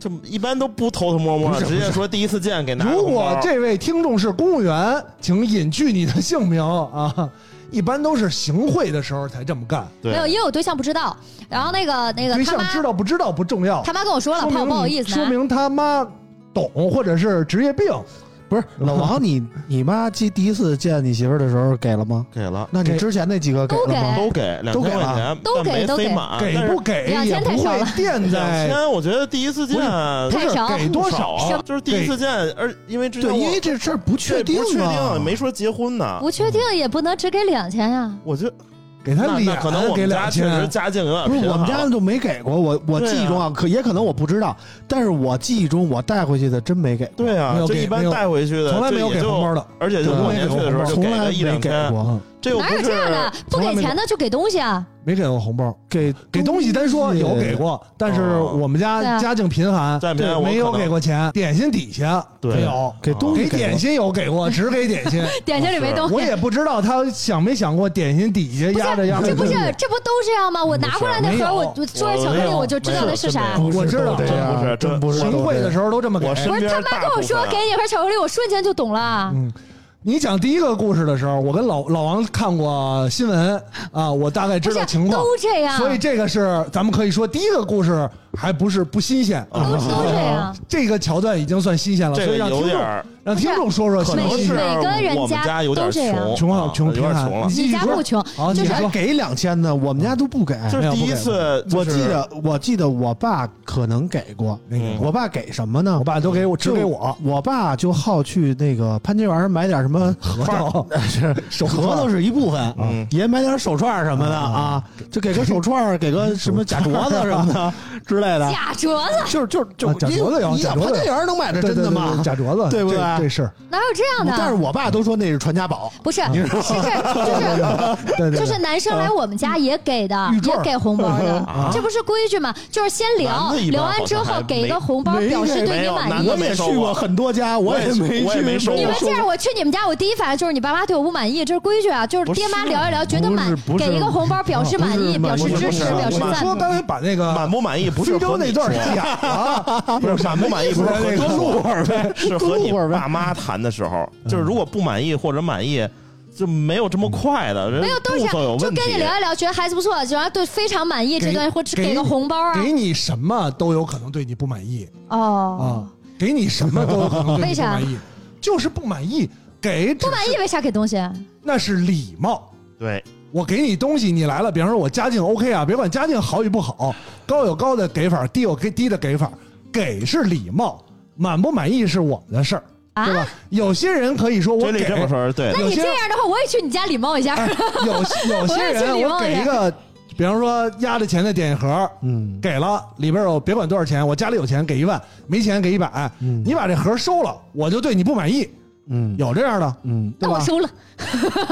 就一般都不偷偷摸摸
不
的，
是不
直
是
接说第一次见给拿个
如
红包。
果这位听众是公务员，请隐去你的姓名啊。一般都是行贿的时候才这么干，
对
没有？因为我对象不知道，然后那个那个
对
他
象
妈
知道不知道不重要，
他妈跟我说了，
说
怕
明
我
你
不好意思啊
说
拿。
明他妈懂或者是职业病。
不是 老王，你你妈记第一次见你媳妇儿的时候给了吗？
给了，
那你
给
之前那几个给
都
了吗？
都给两千块钱，
哎都给
但
都
没
给
飞满，
给不给
两
也
千
不
太少
会
了
垫
两
在
千？我觉得第一次见
不
太
是
少
给多少
少
啊
啊，？就是第一次见，而因为之前
对，
我
因为这事儿不确定
对不确
啊，
定，没说结婚呢。
不确定也不能只给两啊千呀，
我觉得
给他
那
脸
那可能我
给
们
两
家确实
千，
家境啊有点
不
贫
是
寒
我们家就没给过，我我
对啊
记忆中啊，可也可能我不知道，但是我记忆中我带回去的真没给过，
对
没
啊
有，
就
给没
一般
有
带回去的
从来没有
呃就也
给
就
红包的，
而且就过年去的时候就
从
给
来
个一
没
两
给
千，
过。
这又
哪
哎不
有
是
这样的？不
从来
给
没
钱的就给东西啊！
没给过红包，给给东西单说有给过，但是
哦
我们
对
家
啊
家境贫寒，
在我们家
对
我
没有
可能
给过钱，点心底下
对
没有，
给东西
给
过
点心有给 过，只给点心。
点心里没东
我
西，啊
也不知道他想没想过点心底下
不
压着
是
压着
这不
东西。
是这不都这样吗？我拿过来那
没有
盒，我我做一巧克
没
力，
有
我就知道那是啥
没。有
不是
我知道
都这样
真不是
啊真不是
行贿的时候都这么给
我。身
不是
边
他妈跟我说
大部分啊
给你盒巧克力，我瞬间就懂了。
嗯，你讲第一个故事的时候，我跟老老王看过新闻啊，我大概
不
知
是
道情况。
都这样，
所以这个是咱们可以说第一个故事还不是不新鲜
都都这样。
这个桥段已经算新鲜了，所
这
以
个
让听
有点
众
儿
让听众说说
可
新
每
能
不新
是
鲜。
每个人
我们
家
家有点
都这样
穷，
穷啊
啊
穷
有点
贫寒
穷了。
你家不穷，
啊
好，
就
你
是
说
给两千呢，我们家都不给。
哎
这是第一次，
我
就是
记得，呃我记得我爸可能给过，
那
嗯
个
我爸给什么呢？
嗯我爸都给我只
就
给我，
我爸就好去那个潘家园买点什么核
桃，
是
手串嗯
核桃是一部分，啊
嗯
也买点手串什么的啊，就给个手串，给个什么假镯子什么的 之类的，
假镯子
就是就是就
啊假镯子有
你你
假
在
镯子有
潘家园能买着
对
真
对
的
对
吗
对？假镯子，
对不对
这这事儿，
哪有这样的？
但是我爸都说那是传家宝，
不是，是 这，就是
对对，
就是男
啊
生来我们家也给的，也给红包 的，这不是规矩吗？就是先聊
男的一般
聊
好像
完之后
还
给一
没
个红包，表示对
没
你
有
满
男
意
的。
我
没
也去
收过
过很多家，我
也
没
我也没
去
收过
你们这样，我去你们家，我第一反应就是你爸妈对我不满意，这是规矩啊。就是爹妈聊一聊，觉得满，给一个红包表示满意，表示支持，表示
我
赞
说
同。
刚才把那个
满不满意不是
非洲
和
那
你
段
说
假啊，
不是满不满意，不是和你
多录
说
会儿呗，
是和你爸妈谈的时候，就是如果不满意或者满意，就没有这么快的，人
没有都
步
是
骤有
就
问题
跟。你聊一聊，觉得孩子不错，然后对非常满哎意，这段或者给个红包啊
给。你什么都有可能对你不满意啊，，
哦
给你什么都有可能对你不满意，就是不满意，给
不满意为啥给东西？啊
那是礼貌。
对，
我给你东西，你来了，比方说我家境 OK 啊，别管家境好与不好，高有高的给法，低有给低的给法，给是礼貌，满不满意是我们的事儿，对吧？有些人可以说我
这
给
里，这么说是对的
啊那。
有
你
些
这样的话，我也去你家礼貌一下。
哎，有些有些
我也
人
去礼
我
貌一
给
下
一个，比方说压着钱的点盒，
嗯，
给了里边有别管多少钱，我家里有钱给一万，没钱给一百，
嗯
你把这盒收了，我就对你不满意，
嗯
有这样的，
嗯，
那我收了，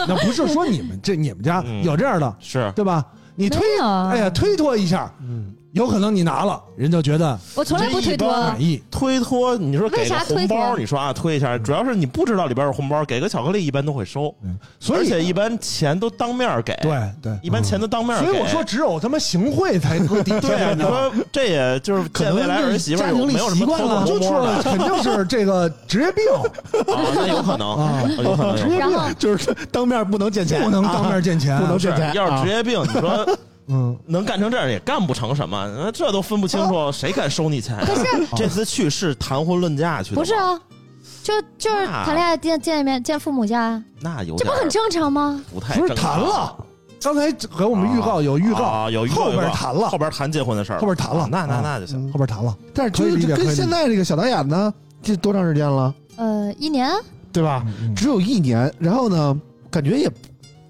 那不是说你们这你们家
嗯
有这样的，
是
对吧？你推
没，有啊
哎呀，推脱一下，
嗯
有可能你拿了，人就觉得
我从来不推
这一
脱
般。
满意。
推脱，你说
为
给个
啥推
红
脱
包，你说啊推一下，主要是你不知道里边有红包，给个巧克力一般都会收，
所
而
以
且一般钱都当面给，
对对，嗯
哎一般钱都当面给。
所以我说只有他妈行贿 才能抵
对啊，
制
你说这也就是
可
见
能
未来儿媳妇
家
儿
庭
有
里
没有什
习
么
惯
偷
了
偷
就
摸
出
摸的
了，肯定是这个职业病，
啊？那有可能，
啊
有可能有可能。
然后
就是当面不能见钱，
不能当面见钱，
啊不能
是
见钱，
要是职业病，你说
嗯，
能干成这样也干不成什么，那这都分不清楚，谁敢收你钱？
可是
这次去是谈婚论嫁去的，
不是？啊？就就是
那
谈恋爱见见一面见父母家啊，
那有
这不
点
很正常吗？
不太
不是
正
谈
常
了，刚才给我们预告有预告，
啊，有预告
后
有
边
预告
谈了，
后边谈结婚的事儿，
后边谈了
啊那那
啊
那就行。
后边谈了，
但是
可以
就
理
是
解可以理
跟
解
现在这个小导演呢，这多长时间了，
呃，一年
对吧？只有一年，然后呢，感觉也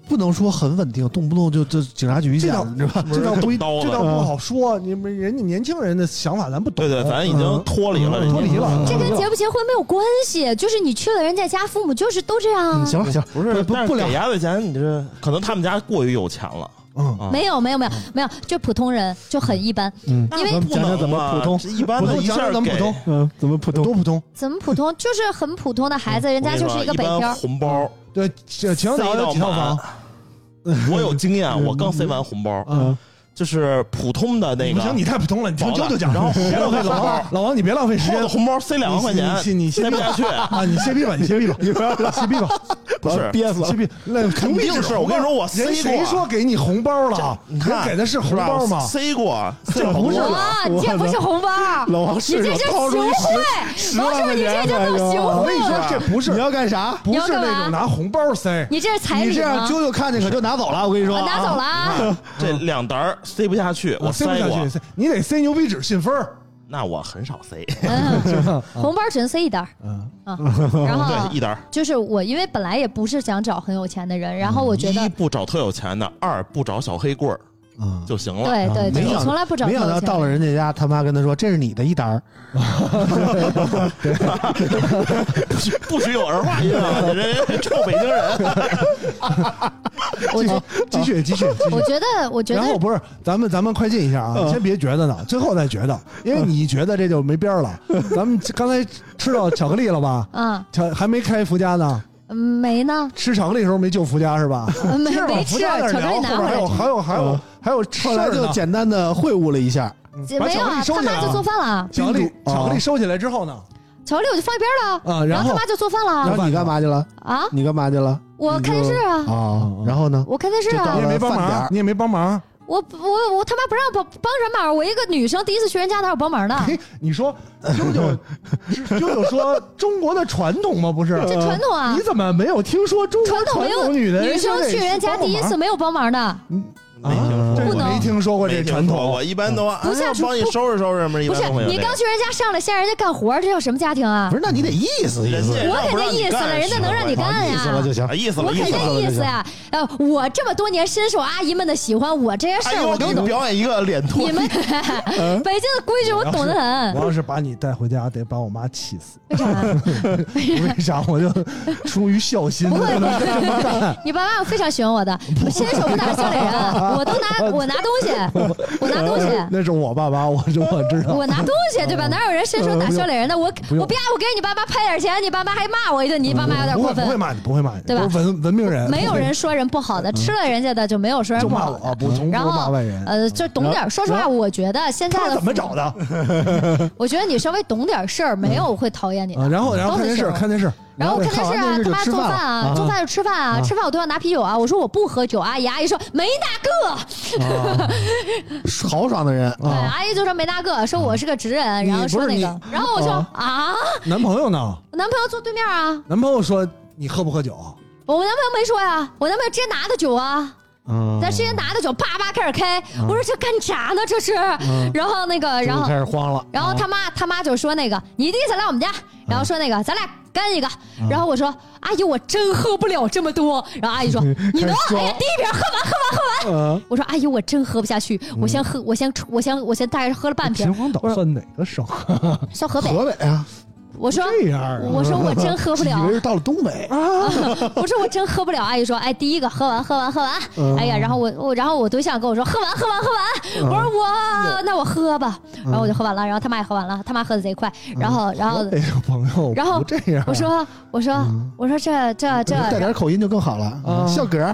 不能说很稳定，动不动就就警察局
这
见
倒
了，你知道吧？
这倒不
动刀了啊
这倒不好说，你们人家年轻人的想法咱不懂，
对对，咱已经脱离了，
嗯脱离了，
这
嗯
跟结不结婚没有关系，就是你去了人家家，父母就是都这样
嗯，
啊。
行了行了，
不是
不
但
不
是
聊
给牙的钱，你这可能他们家过于有钱了，
嗯
啊
没有没有没有没有，就普通人就很一般，
嗯，
那
因为
不
讲讲
能
怎么
嘛
普通
啊这一般
普
的
通
一下
讲讲
儿
咱们普
给
通
嗯，怎么普
多
通？
普通。
怎么普通就是很普通的
嗯
孩子，人家就是
我跟你
个
说
北
一
漂
般。红包，
对，请请
塞
导
到
有几套
满
房？
我有经验， 我刚塞完红包，
嗯，
就是普通的那
不行，你
个，
太普通了，你听
好
啾
的
啾讲。
然后
别浪费
红
老
包
王，老王你别浪费时
我
间
的红包塞两万块钱，
你你你
塞不下去，
啊！你歇逼吧，你歇逼吧，你不要歇逼吧，
不是
憋死
歇
了，
逼。那
肯定是我跟你说我塞
人
过
谁说给你红包了？
这你
人
看
给的是红
是吧
包吗？
塞过，塞
这
好
不
多
是
了
哇，你这不是红包，
老王
你
顺手
这是行
掏出一
贿，王师傅，你这就
啊
叫行
我
贿
跟你说，这
了，
不是
你要干啥？
不是
你要干嘛
那种拿红包塞，
你这是彩
你
礼
这样
吗？
啾啾看见可就拿走了，我跟你说
我
啊，
拿走了啊，
这两沓儿塞不下去，我
啊塞不
塞
下
过
去，，塞你得塞牛皮纸信封儿。
那我很少塞，
嗯红包只能塞一袋儿
嗯
啊，然后
对，一沓儿。
就是我，因为本来也不是想找很有钱的人，然后我觉
一
得
不找特有钱的，二不找小黑棍儿，
嗯
啊，
就行了。
对对
没
对，
想到
呃从来不找
没想
扣
到
钱
到了人家家，他妈跟他说这是你的一沓儿，
不许不许有儿化音啊！ 人家臭北京人，
我觉
继续继续继续
我。觉得我觉
然后
得
不是，咱们咱们快进一下
嗯
啊，先别觉得呢，最后再觉得，因为你觉得这就没边儿 了。咱们刚才吃到巧克力了吧？
啊
巧还没开福家呢，
嗯没呢，
吃巧克力的时候没救福家是吧？
呃 没
接着往
没
福
吃
家
巧
那
克
儿聊，
力
后
拿
边还有
回来，
还有还有还有事
嗯后来
儿
就
呢。
简单的会晤了一下，
把
没有
巧克力
啊，
收
他
起来
妈就
啊
做饭了，
巧克力
哦
巧克力收起来之后呢？
巧克力我就放一边了，
啊，
然
后
他妈就做饭了
然后你干嘛去了？
啊，
你干嘛去了？
我看电视啊，
啊，然后呢？
我看电视
就到
啊
你也
了，
没帮
饭点
忙
儿，
你也没帮忙。
我我我他妈不让帮帮什么忙，我一个女生第一次去人家哪有帮忙的？
嘿，你说舅 舅，舅舅说中国的传统吗？不是，
这传统啊
呃你怎么没有听说中国
传统没有
统女人
女生去人家第一次没有帮忙的，
没听
啊这
说
不
我
过，
能
没听说过这
没听
传
说
统
过。一般都啊
不是啊
帮你
不
收拾收拾什么，一
不是
般都会有
你
这
刚
个。
去人家上来先让人家干活，这叫什么家庭啊
不？是，那你得意思意
人
思，
家
我
让
肯
不
定
让你
意思
干
了，人家能让你干
意思了
呀
就。行
啊，。意思
我
了，意
肯
思了。
定意思呀！呃，我这么多年深受阿姨们的喜欢，我这些事
哎
儿
呦，我
我
给
都
你
懂。
表演一个脸脱
你们 北京的规矩我懂得很
我，要是把嗯你带回家，得把我妈气死。
为啥？啊
为啥？我就出于孝心，
不会
不
不会，你爸妈非常喜欢我的，伸手不打笑 脸人，我都
嗯
拿我拿东西，我拿东西。
那是我爸妈，我是我知道。
我拿东西对吧？哪有人伸手打笑脸人的？我
嗯用嗯
我啪，我给你爸妈拍点钱，你爸妈还骂我一顿，你爸妈有点
不
过
会不会
分。
骂你，不会骂你，
对吧
都是文文明人，嗯
没有人说人不好的，吃了人家的就没有说人
就
不
骂
好
我，啊
的。
不从不
然
骂
后
外人。嗯
呃，就懂点儿。说实话，我觉得现在
他
的
怎么找的？
我觉得你稍微懂点事儿，没有会讨厌你
啊，
的。
然后然后
都
看电
很
视，
喜欢
看电视，
然后我看电视
看完
啊，他
电视就
妈
吃
做
饭
饭
了
啊，
啊
做饭就吃饭啊，吃饭我都要拿啤酒啊。我说我不喝酒，阿姨阿姨说没那
啊
个，
豪爽的人
对，
啊，
阿姨就说没那个，说我是个直人，
你
然后说
不是
那
你
个，然后我就
哦
啊
啊，
男朋友呢？
我男朋友坐对面啊，
男朋友说你喝不喝酒？
我男朋友没说呀，我男朋友直接拿的酒啊，
嗯
咱直接拿的酒叭叭开始开，我说这干啥呢这是？然后那个，然
嗯就
后
开始哦慌了。
然后他妈他妈就说那个你第一次来我们家，
嗯
然后说那个咱俩干一个，然后我说阿姨我真喝不了这么多，然后阿姨说你能
开始
哎呀
装
第一瓶喝完喝完喝
嗯
呃
完，我说阿姨我真喝不下去，
嗯
我先喝我先我先我先大概喝了半
秦
瓶，
皇岛算哪个省？
上河北，
河北啊，
我说
哎这样啊？
我说我真喝 不了
以，为是到了东北，
我说我真喝不了，阿姨说，哎，第一个喝完，喝完，喝完，
嗯
哎呀，然后我我然后我对象跟我说喝完，喝完，喝完，我说我那我喝吧，
嗯
然后我就喝完了，然后他妈也喝完了，他妈喝的贼快，然后然后
河北有嗯哎朋友，
然后
不这样啊。嗯
我说我说我说这这这，
带点口音就更好了。嗯笑嗝，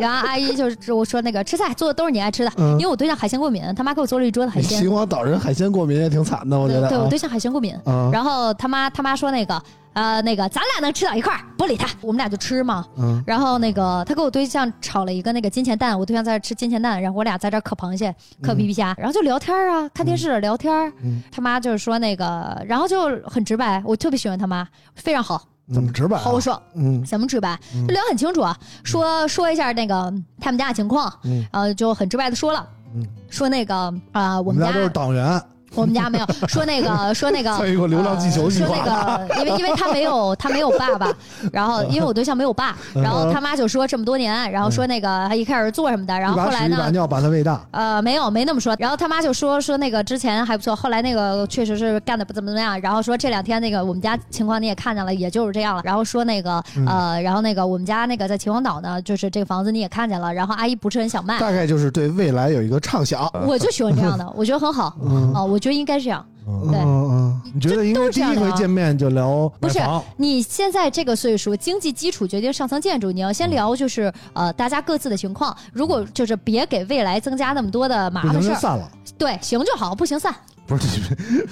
然后阿姨就是我说那个吃菜做的都是你爱吃的，
嗯
因为我对象海鲜过敏，他妈给我做了一桌子海鲜
秦，皇岛人海鲜过敏也挺惨的，我觉
对
得。
对我
啊
对象海鲜过敏，
嗯
然后他妈他妈说那个呃那个咱俩能吃到一块儿，不理他，我们俩就吃嘛。
嗯
然后那个他给我对象炒了一个那个金钱蛋，我对象在这吃金钱蛋，然后我俩在这儿啃螃蟹、
嗯
啃皮皮虾，然后就聊天儿啊，看电视聊天儿。他妈就是说那个，然后就很直白，我特别喜欢他妈，非常好，
怎么直白啊？
豪爽。
嗯
怎么直白？就聊得很清楚啊，说说一下那个他们家的情况，
嗯
然后就很直白的说了，
嗯
说那个啊、我
我
们
们
家
家都是党员，
我们家没有说那 个说那个
参与过流浪地球
呃
计
说
划
那个，因为因为他没有他没有爸 爸，然后因为我对象没有爸，
嗯
然后他妈就说这么多年，然后说那个他一开始做什么的，然
一
后
把
后来
屎一把
呢？
尿把他喂大。
呃，没有，没那么说。然后他妈就说说那个之前还不错，后来那个确实是干的不怎么怎么样。然后说这两天那个我们家情况你也看见了，也就是这样了。然后说那个、
嗯
呃，然后那个我们家那个在秦皇岛呢，就是这个房子你也看见了，然后阿姨不是很想卖，
大概就是对未来有一个畅想。
我就喜欢这样的，我觉得很好啊、我觉得应该这样。对，
嗯
你觉得应该第一回见面就聊买
不是
房？
你现在这个岁数，经济基础决定上层建筑。你要先
嗯
聊就是呃，大家各自的情况。如果就是别给未来增加那么多的麻
不行
烦事
就
儿，
散了。
对，行就好，不行散。
不是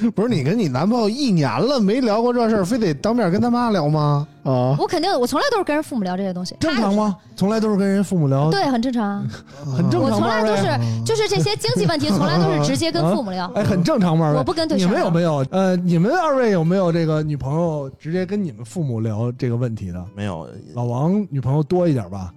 你，不是 你跟你男朋友一年了没聊过这事儿，非得当面跟他妈聊吗？啊，
我肯定，我从来都是跟人父母聊这些东西，
正常吗？从来都是跟人父母聊，
对，很正常啊。
很正
我
常
从
吗。嗯
来都是就是这些经济问题，从来都是直接跟父母聊。
哎，很正常嘛。二位
我不跟对
你
象啊
们有
聊
没有？呃，你们二位有没有这个女朋友直接跟你们父母聊这个问题的？
没有，
老王女朋友多一点吧？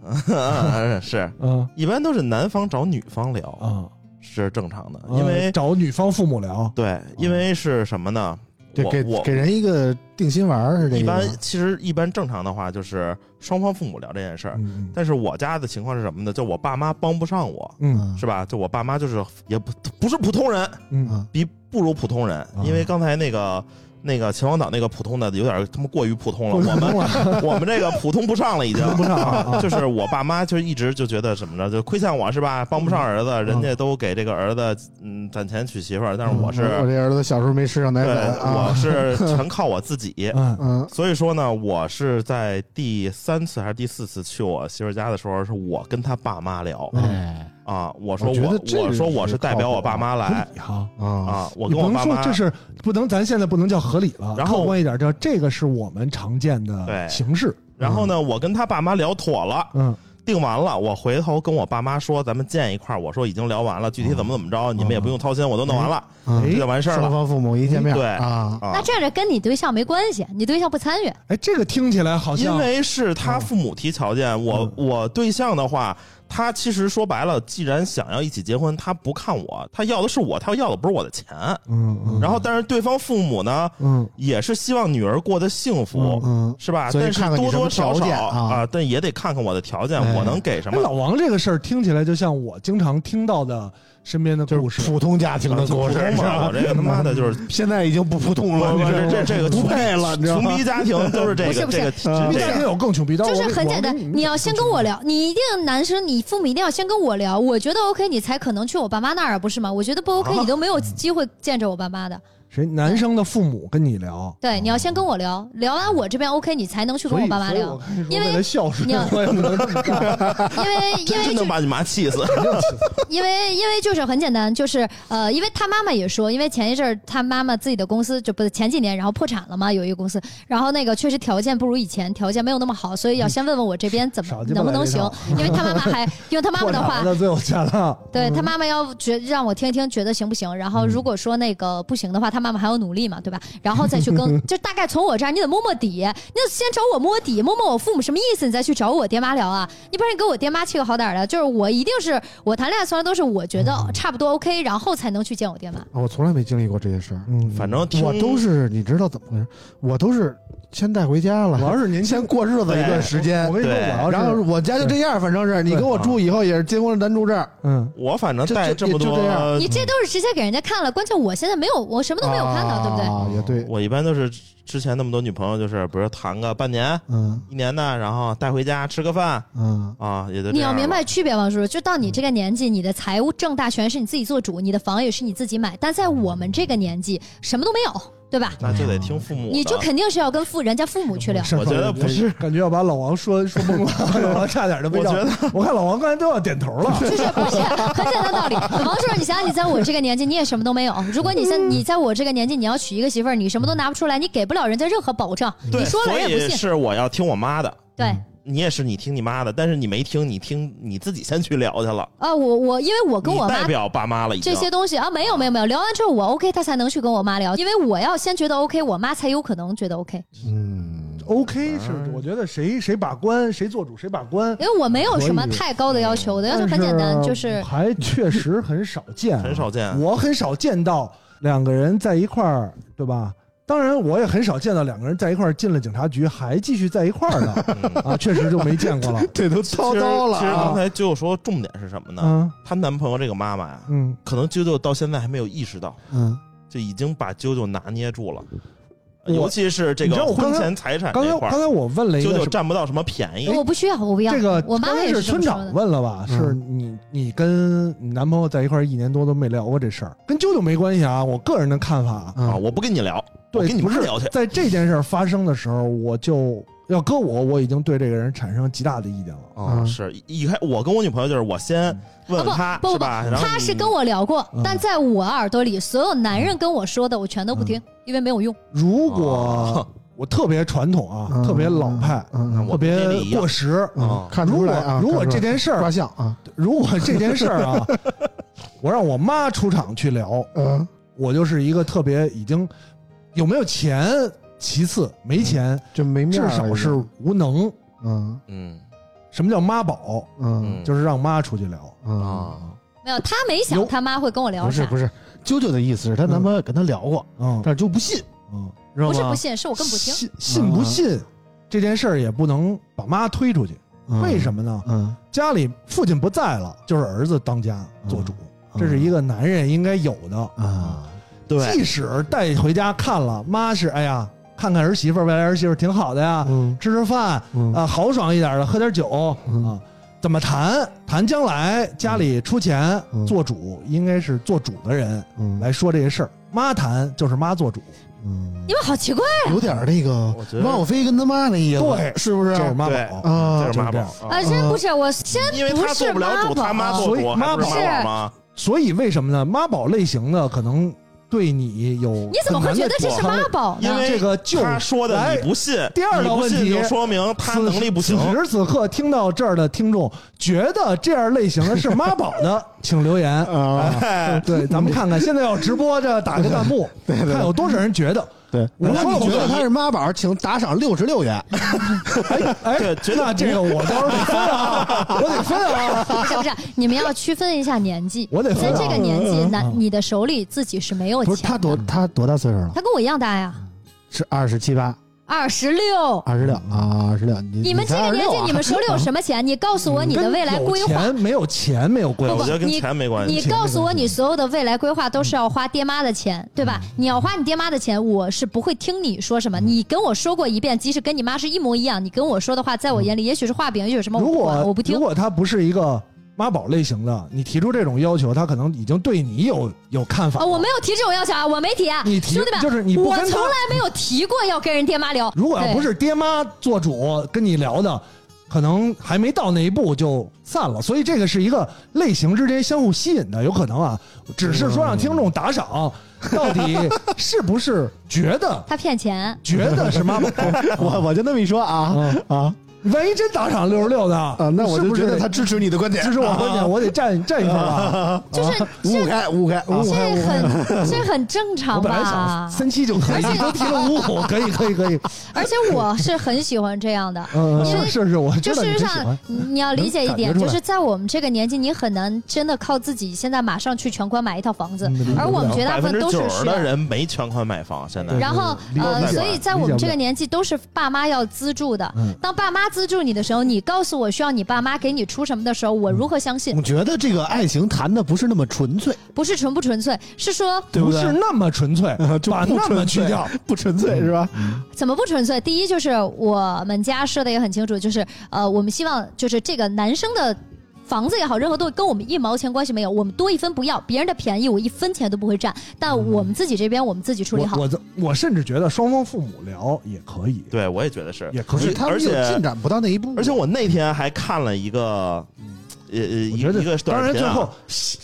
是
嗯
一般都是男方找女方聊，
啊，
是正常的，
嗯
因为
找女方父母聊，
对，因为是什么呢？
啊对，
我
给
我
给人一个呃定心丸儿是这
一
意思啊吧
般其实一般正常的话就是双方父母聊这件事儿，
嗯
但是我家的情况是什么呢？就我爸妈帮不上我，
嗯
是吧？就我爸妈就是也不不是普通人，
嗯啊
比不如普通人，因为刚才那个那个秦皇岛那个普通的有点他妈过于普通了，我们我们这个普通不上了已经，
不上啊
啊就是我爸妈就一直就觉得什么着，就亏欠我是吧？帮不上儿子，人家都给这个儿子嗯攒钱娶媳妇儿，但
嗯
是我是
嗯我这儿子小时候没吃上奶
对，
粉
我
啊，
是全靠我自己。
嗯
所以说呢，我是在第三次还是第四次去我媳妇儿家的时候，是我跟她爸妈聊
哎
啊，我说
我觉
我
得这
我说我
是
是代表我爸妈来
你哈，
啊
啊，我
你
跟我
不能
爸
说
妈
这是不能，咱现在不能叫合理了，
然后
客观一点叫这个是我们常见的
对
形式。
然后呢，我跟他爸妈聊妥了，
嗯，
定完了，我回头跟我爸妈说，咱们见一块儿。我说已经聊完了，具体怎么怎么着，你们也不用操心，我都弄完了，这
嗯，
就完事儿
双
了
方父母一见面
对
啊，
啊
那。这个跟你对象没关系，你对象不参与。
哎，这个听起来好
因
像
为是他父母提条件，我
嗯
我对象的话，他其实说白了，既然想要一起结婚，他不看我，他要的是我，他要的不是我的钱。
嗯嗯
然后，但是对方父母呢，
嗯
也是希望女儿过得幸福，
嗯
是吧？
所以
但是
看看你
多
什么
多少
条
少
件啊
但也得看看我的条件，
哎
我能给什
哎
么。
老王这个事儿听起来就像我经常听到的身边的故
就是
事。
普通家庭
啊
的故事
普，通嘛我这个他妈的就是
现在已经不普通了，
我
你
我
知道吗
这这个
不配了，你知道
穷
吗？嗯
逼家庭都是这
不是
个
不是
这个
穷
你
逼
这
家庭
个。
有更穷逼，但
就是
我
很简单
我，
你要先跟我聊，你一定男生，你父母一定要先跟我聊，我觉得 OK，你才可能去我爸妈那儿，不是吗？我觉得不 OK，
啊
你都没有机会见着我爸妈的。
谁男生的父母跟你聊，
对，你要先跟我聊，聊完我这边 OK，你才能去
所
跟
以
我爸妈
所以
聊
我。跟你说
因为
为了孝顺，
你要
我也不能这么干。
因为因
真
为就
真能把你妈气死，
嗯
因为因为就是很简单，就是呃，因为他妈妈也说，因为前一阵儿他妈妈自己的公司就不是前几年，然后破产了嘛，有一个公司，然后那个确实条件不如以前，条件没有那么好，所以要先问问我这边怎
嗯少
么
鸡巴
能不
来
能
这
行
套，
因为他妈妈 还因为 他妈妈的
破
话
产，了最有钱了，
对他妈妈要觉让我听一听，觉得行不行？然后如果说那个不行的话，他妈妈还要努力嘛，对吧？然后再去跟，就大概从我这儿，你得摸摸底，你得先找我摸底，摸摸我父母什么意思，你再去找我爹妈聊啊。你不然你给我爹妈气个好歹儿的，就是我一定是我谈恋爱从来都是我觉得差不多 OK，然后才能去见我爹妈。
我从来没经历过这些事儿，
嗯，
反正听
我都是你知道怎么回事？我都是先带回家了，
我要是您
先过日子一段时间
我，跟你说，
对
我
然
要
后
是
我家就这样，反正是你跟我住以后也是结婚了，咱住这儿，
嗯，
我反正
就
带
就
这么
就这
多
样，嗯
你这都是直接给人家看了，关键我现在没有，我什么都没有看到，对不对？
啊，也对，
我一般都是之前那么多女朋友，就是比如谈个半年、
嗯
一年的，然后带回家吃个饭
嗯
啊，也就这
你要
样了
明白区别，王叔叔，就到你这个年纪，你的财务正大权是你自己做主，你的房也是你自己买。但在我们这个年纪，什么都没有，对吧？
那就得听父母的。
你就肯定是要跟父人家父母去聊。
是
我觉得不是，
感觉要把老王说说崩了，老王差点就被
我觉
让我看老王刚才都要点头了。
就是不是很简单道理，王叔叔，你想想，你在我这个年纪，你也什么都没有。如果你在你在我这个年纪，你要娶一个媳妇儿，你什么都拿不出来，你给不了人家任何保障。
对，
你说了
所
人也
以
不信。
是我要听我妈的，
对，
你也是你听你妈的，但是你没听，你听你自己先去聊去了，
啊，我我因为我跟我
你
妈
代表爸妈了已经
这。些东西啊，没有没有没有，聊完之后我 OK，他才能去跟我妈聊，因为我要先觉得 OK，我妈才有可能觉得 OK。
嗯，
OK，是我觉得谁谁把关，谁做主谁把关。
因为我没有什么
可以哎
太高的要求，我的要求很简单，就是
还确实很少见啊，
很少见
我很少见到两个人在一块儿，对吧？当然，我也很少见到两个人在一块儿进了警察局还继续在一块儿 的啊，确实就没见过了。
这都
其
操
实
刀了
其实刚
啊，
才就说重点是什么呢？
嗯
她男朋友这个妈妈呀，
嗯，
可能啾啾到现在还没有意识到，
嗯，
就已经把啾啾拿捏住了，
我
尤其是这
你知道
个
我刚
婚
才
前财产
刚才
这块
刚
儿，
才我问了一
啾
个什
啾
么哎
占不到什么便宜。
我不需要，我不要。
这个
我妈
刚
妈
才
也
是
这么
村
说
长
的。
问了吧？
嗯
是你你跟你男朋友在一块儿一年多都没聊过这事儿，跟舅舅没关系啊。我个人的看法啊，
嗯
啊，我不跟你聊，我
对
跟你
不
妈
是啊
聊去。
在这件事儿发生的时候，我就要搁我，我已经对这个人产生极大的意见了。
啊，
嗯
是一一开我跟我女朋友就是我先问问
啊
她
不不不
是吧，然后
她是
你
跟我聊过
嗯，
但在我耳朵里，所有男
嗯
人跟我说的，我全都不听，因为没有用。
如果
哦嗯
我特别传统啊，特别老派，
嗯，
我
特别
跟你一样
过时。
嗯，看
如
出
果
来啊，
如果
看出来
这件事
抓
儿，
相啊，
如果这件事儿啊， 我让我妈出场去聊，
嗯
我就是一个特别已经有没有钱其次，没钱
就没
至
面儿，
少是无能。
嗯
嗯
什么叫妈宝？
嗯
就是让妈出去聊。
嗯
啊，
没有，她没
有
想她妈会跟我聊
不是
啥
不。是，啾啾的意思是她男朋友跟她聊过，
嗯，
但是就不信，
嗯，
知道
不是不
吗？
信，是我更不听。
信信不
啊
信这件事儿也不能把妈推出去，
嗯
为什
么？
么呢？
嗯，
家里父亲不在了，就是儿子当家做主，这是一个男人应该有的。
啊，
对，
即使带回家看了，妈是哎呀，看看儿媳妇儿，未来儿媳妇儿挺好的呀，
嗯
吃吃饭
嗯
啊，豪爽一点的，喝点酒
嗯
啊。怎么谈？谈将来家里出钱
嗯
做主，应该是做主的人
嗯
来说这个事儿。妈谈就是妈做主，
嗯，
你们好奇怪，
有点那个
我觉得
汪小菲跟他妈那意思，
对
是不是？
就是妈
对
宝。
啊
这，是妈宝
嗯就，
啊
啊，真不是我先
因为
不
他
是
做不了主，
妈宝
他妈做
所以
主，
妈
还不是
宝
妈宝吗？
所以为什么呢？妈宝类型的可能对你有
你怎么会觉得这是
很难
妈
啊
的
宝
因
呢？
为
这个就
他说的
来
你不信，
第二个
你不信
问题
就说明他能力不行
此。时此刻听到这儿的听众，觉得这样类型的是妈宝 的，请留言。
啊，
哎，
对，咱们看看现在要直播这打个弹 幕，看有多少人觉得。
对。
我
如果你
我
觉得他是妈宝，请打赏六十六元。
哎，
对觉得
那这个我到时候得分 啊，我得分啊。
不是 不是，你们要区分一下年纪。
我得分
在
啊
这个年纪，男你的手里自己是没有
嗯不
钱
是
的。
他多他多大岁数了？
他跟我一样大呀，
是二十七八，
二十六。
二十六啊，二十六。啊你
你们这个年纪，你们手里有什么钱？你告诉我你的未来规
跟有
划。
钱没有钱没有规
我
划
觉，得跟
你
钱没
啊
关
你
系。
告诉我，你所有的未来规划都是要花爹妈的钱，对
嗯
吧？你要花你爹妈的钱，我是不会听你说什么。你跟我说过一遍，即使跟你妈是一模一样，你跟我说的话，在我眼里也许是画饼，也许是什么，我
嗯如
不
果
管，我不听
如。果他不是一个妈宝类型的，你提出这种要求，他可能已经对你有有看法
哦，
了。
我没有提这种要求啊，我没提啊，
你提
兄弟们，
就是你不
我
跟他
从来没有提过要跟人爹妈聊。
如果要
对
不是爹妈做主跟你聊的，可能还没到那一步就散了。所以这个是一个类型之间相互吸引的，有可能啊，只是说让听众打赏，到 底是不是觉得，
他骗钱
觉得是妈妈？
我我就那么一说啊
嗯
啊
万一真打赏六十六的
啊，那我
是
就
不是
觉得他支持你的观点啊
这，是我观点，我得站站一份吧。
就是
五五开五五开五
这
五开五五开。
很这很正
我
常
本来想
吧？
三七就可以，
而且
你都提了五五，可以可以可 以。。
而且我是很喜欢这样的
嗯，是是是，我
就
知道你
事实
是喜
上
欢。，
你要理解一点，
能感觉出
就
来
是在我们这个年纪，你很难真的靠自己现在马上去全款买一套房子，
嗯
而我们
理
绝大
百
部
分
分
之
都是
九十
需
的
要。
人没全款买房，现在
对
然后
嗯理解不
呃，
了
所以在我们这个年纪，都是爸妈要资助的
嗯。
当爸妈资助你的时候，你告诉我需要你爸妈给你出什么的时候，我如何相信
嗯
我？觉得这个爱情谈的不是那么纯粹，
不是纯不纯粹，是说
对不对
是那么纯粹，
就
把啊那
不
么
纯
去
粹
掉。，嗯
不纯粹是吧？
怎么不纯粹？第一就是我们家设的也很清楚，就是呃，我们希望就是这个男生的房子也好，任何东西跟我们一毛钱关系没有，我们多一分不要，别人的便宜我一分钱都不会占，但我们自己这边我们自己处理好
我。我这我甚至觉得双方父母聊也可以，
对我也觉得是，
也可
不
以。
是，他
而
们就
且
进展不到那一步。
而且我那天还看了一个，呃呃，
我
一
觉
个
得
一个
当
短
然
视频
最后
啊，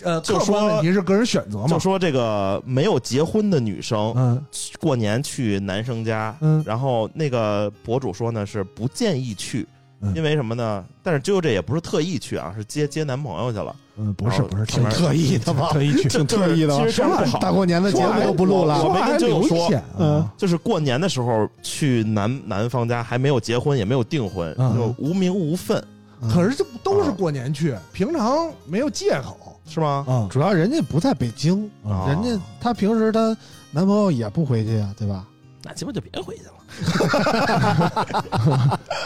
呃，
就
客观
说
问题是个人选择嘛
就。说这个没有结婚的女生
嗯
过年去男生家，
嗯
然后那个博主说呢是不建议去
嗯，
因为什么呢？但是啾啾这也不是特意去啊，是接接男朋友去了。
嗯，不是
然后
不是，
上面
哦特意的吧
特意去。
这
挺特意的吧
其实这样不好。
大过年的节
说
目
来
都不录了，
我
说
没
话
跟
还
舅舅
留
说
一线
嗯
啊，
就是过年的时候去男男方家，还没有结婚，也没有订婚，
嗯
就无名无份，
可是这不都
啊
是过年去，平常没有借口
是吗？
啊。
主要人家不在北京，
啊
人家她平时她男朋友也不回去啊，对吧？
那基本就别回去了。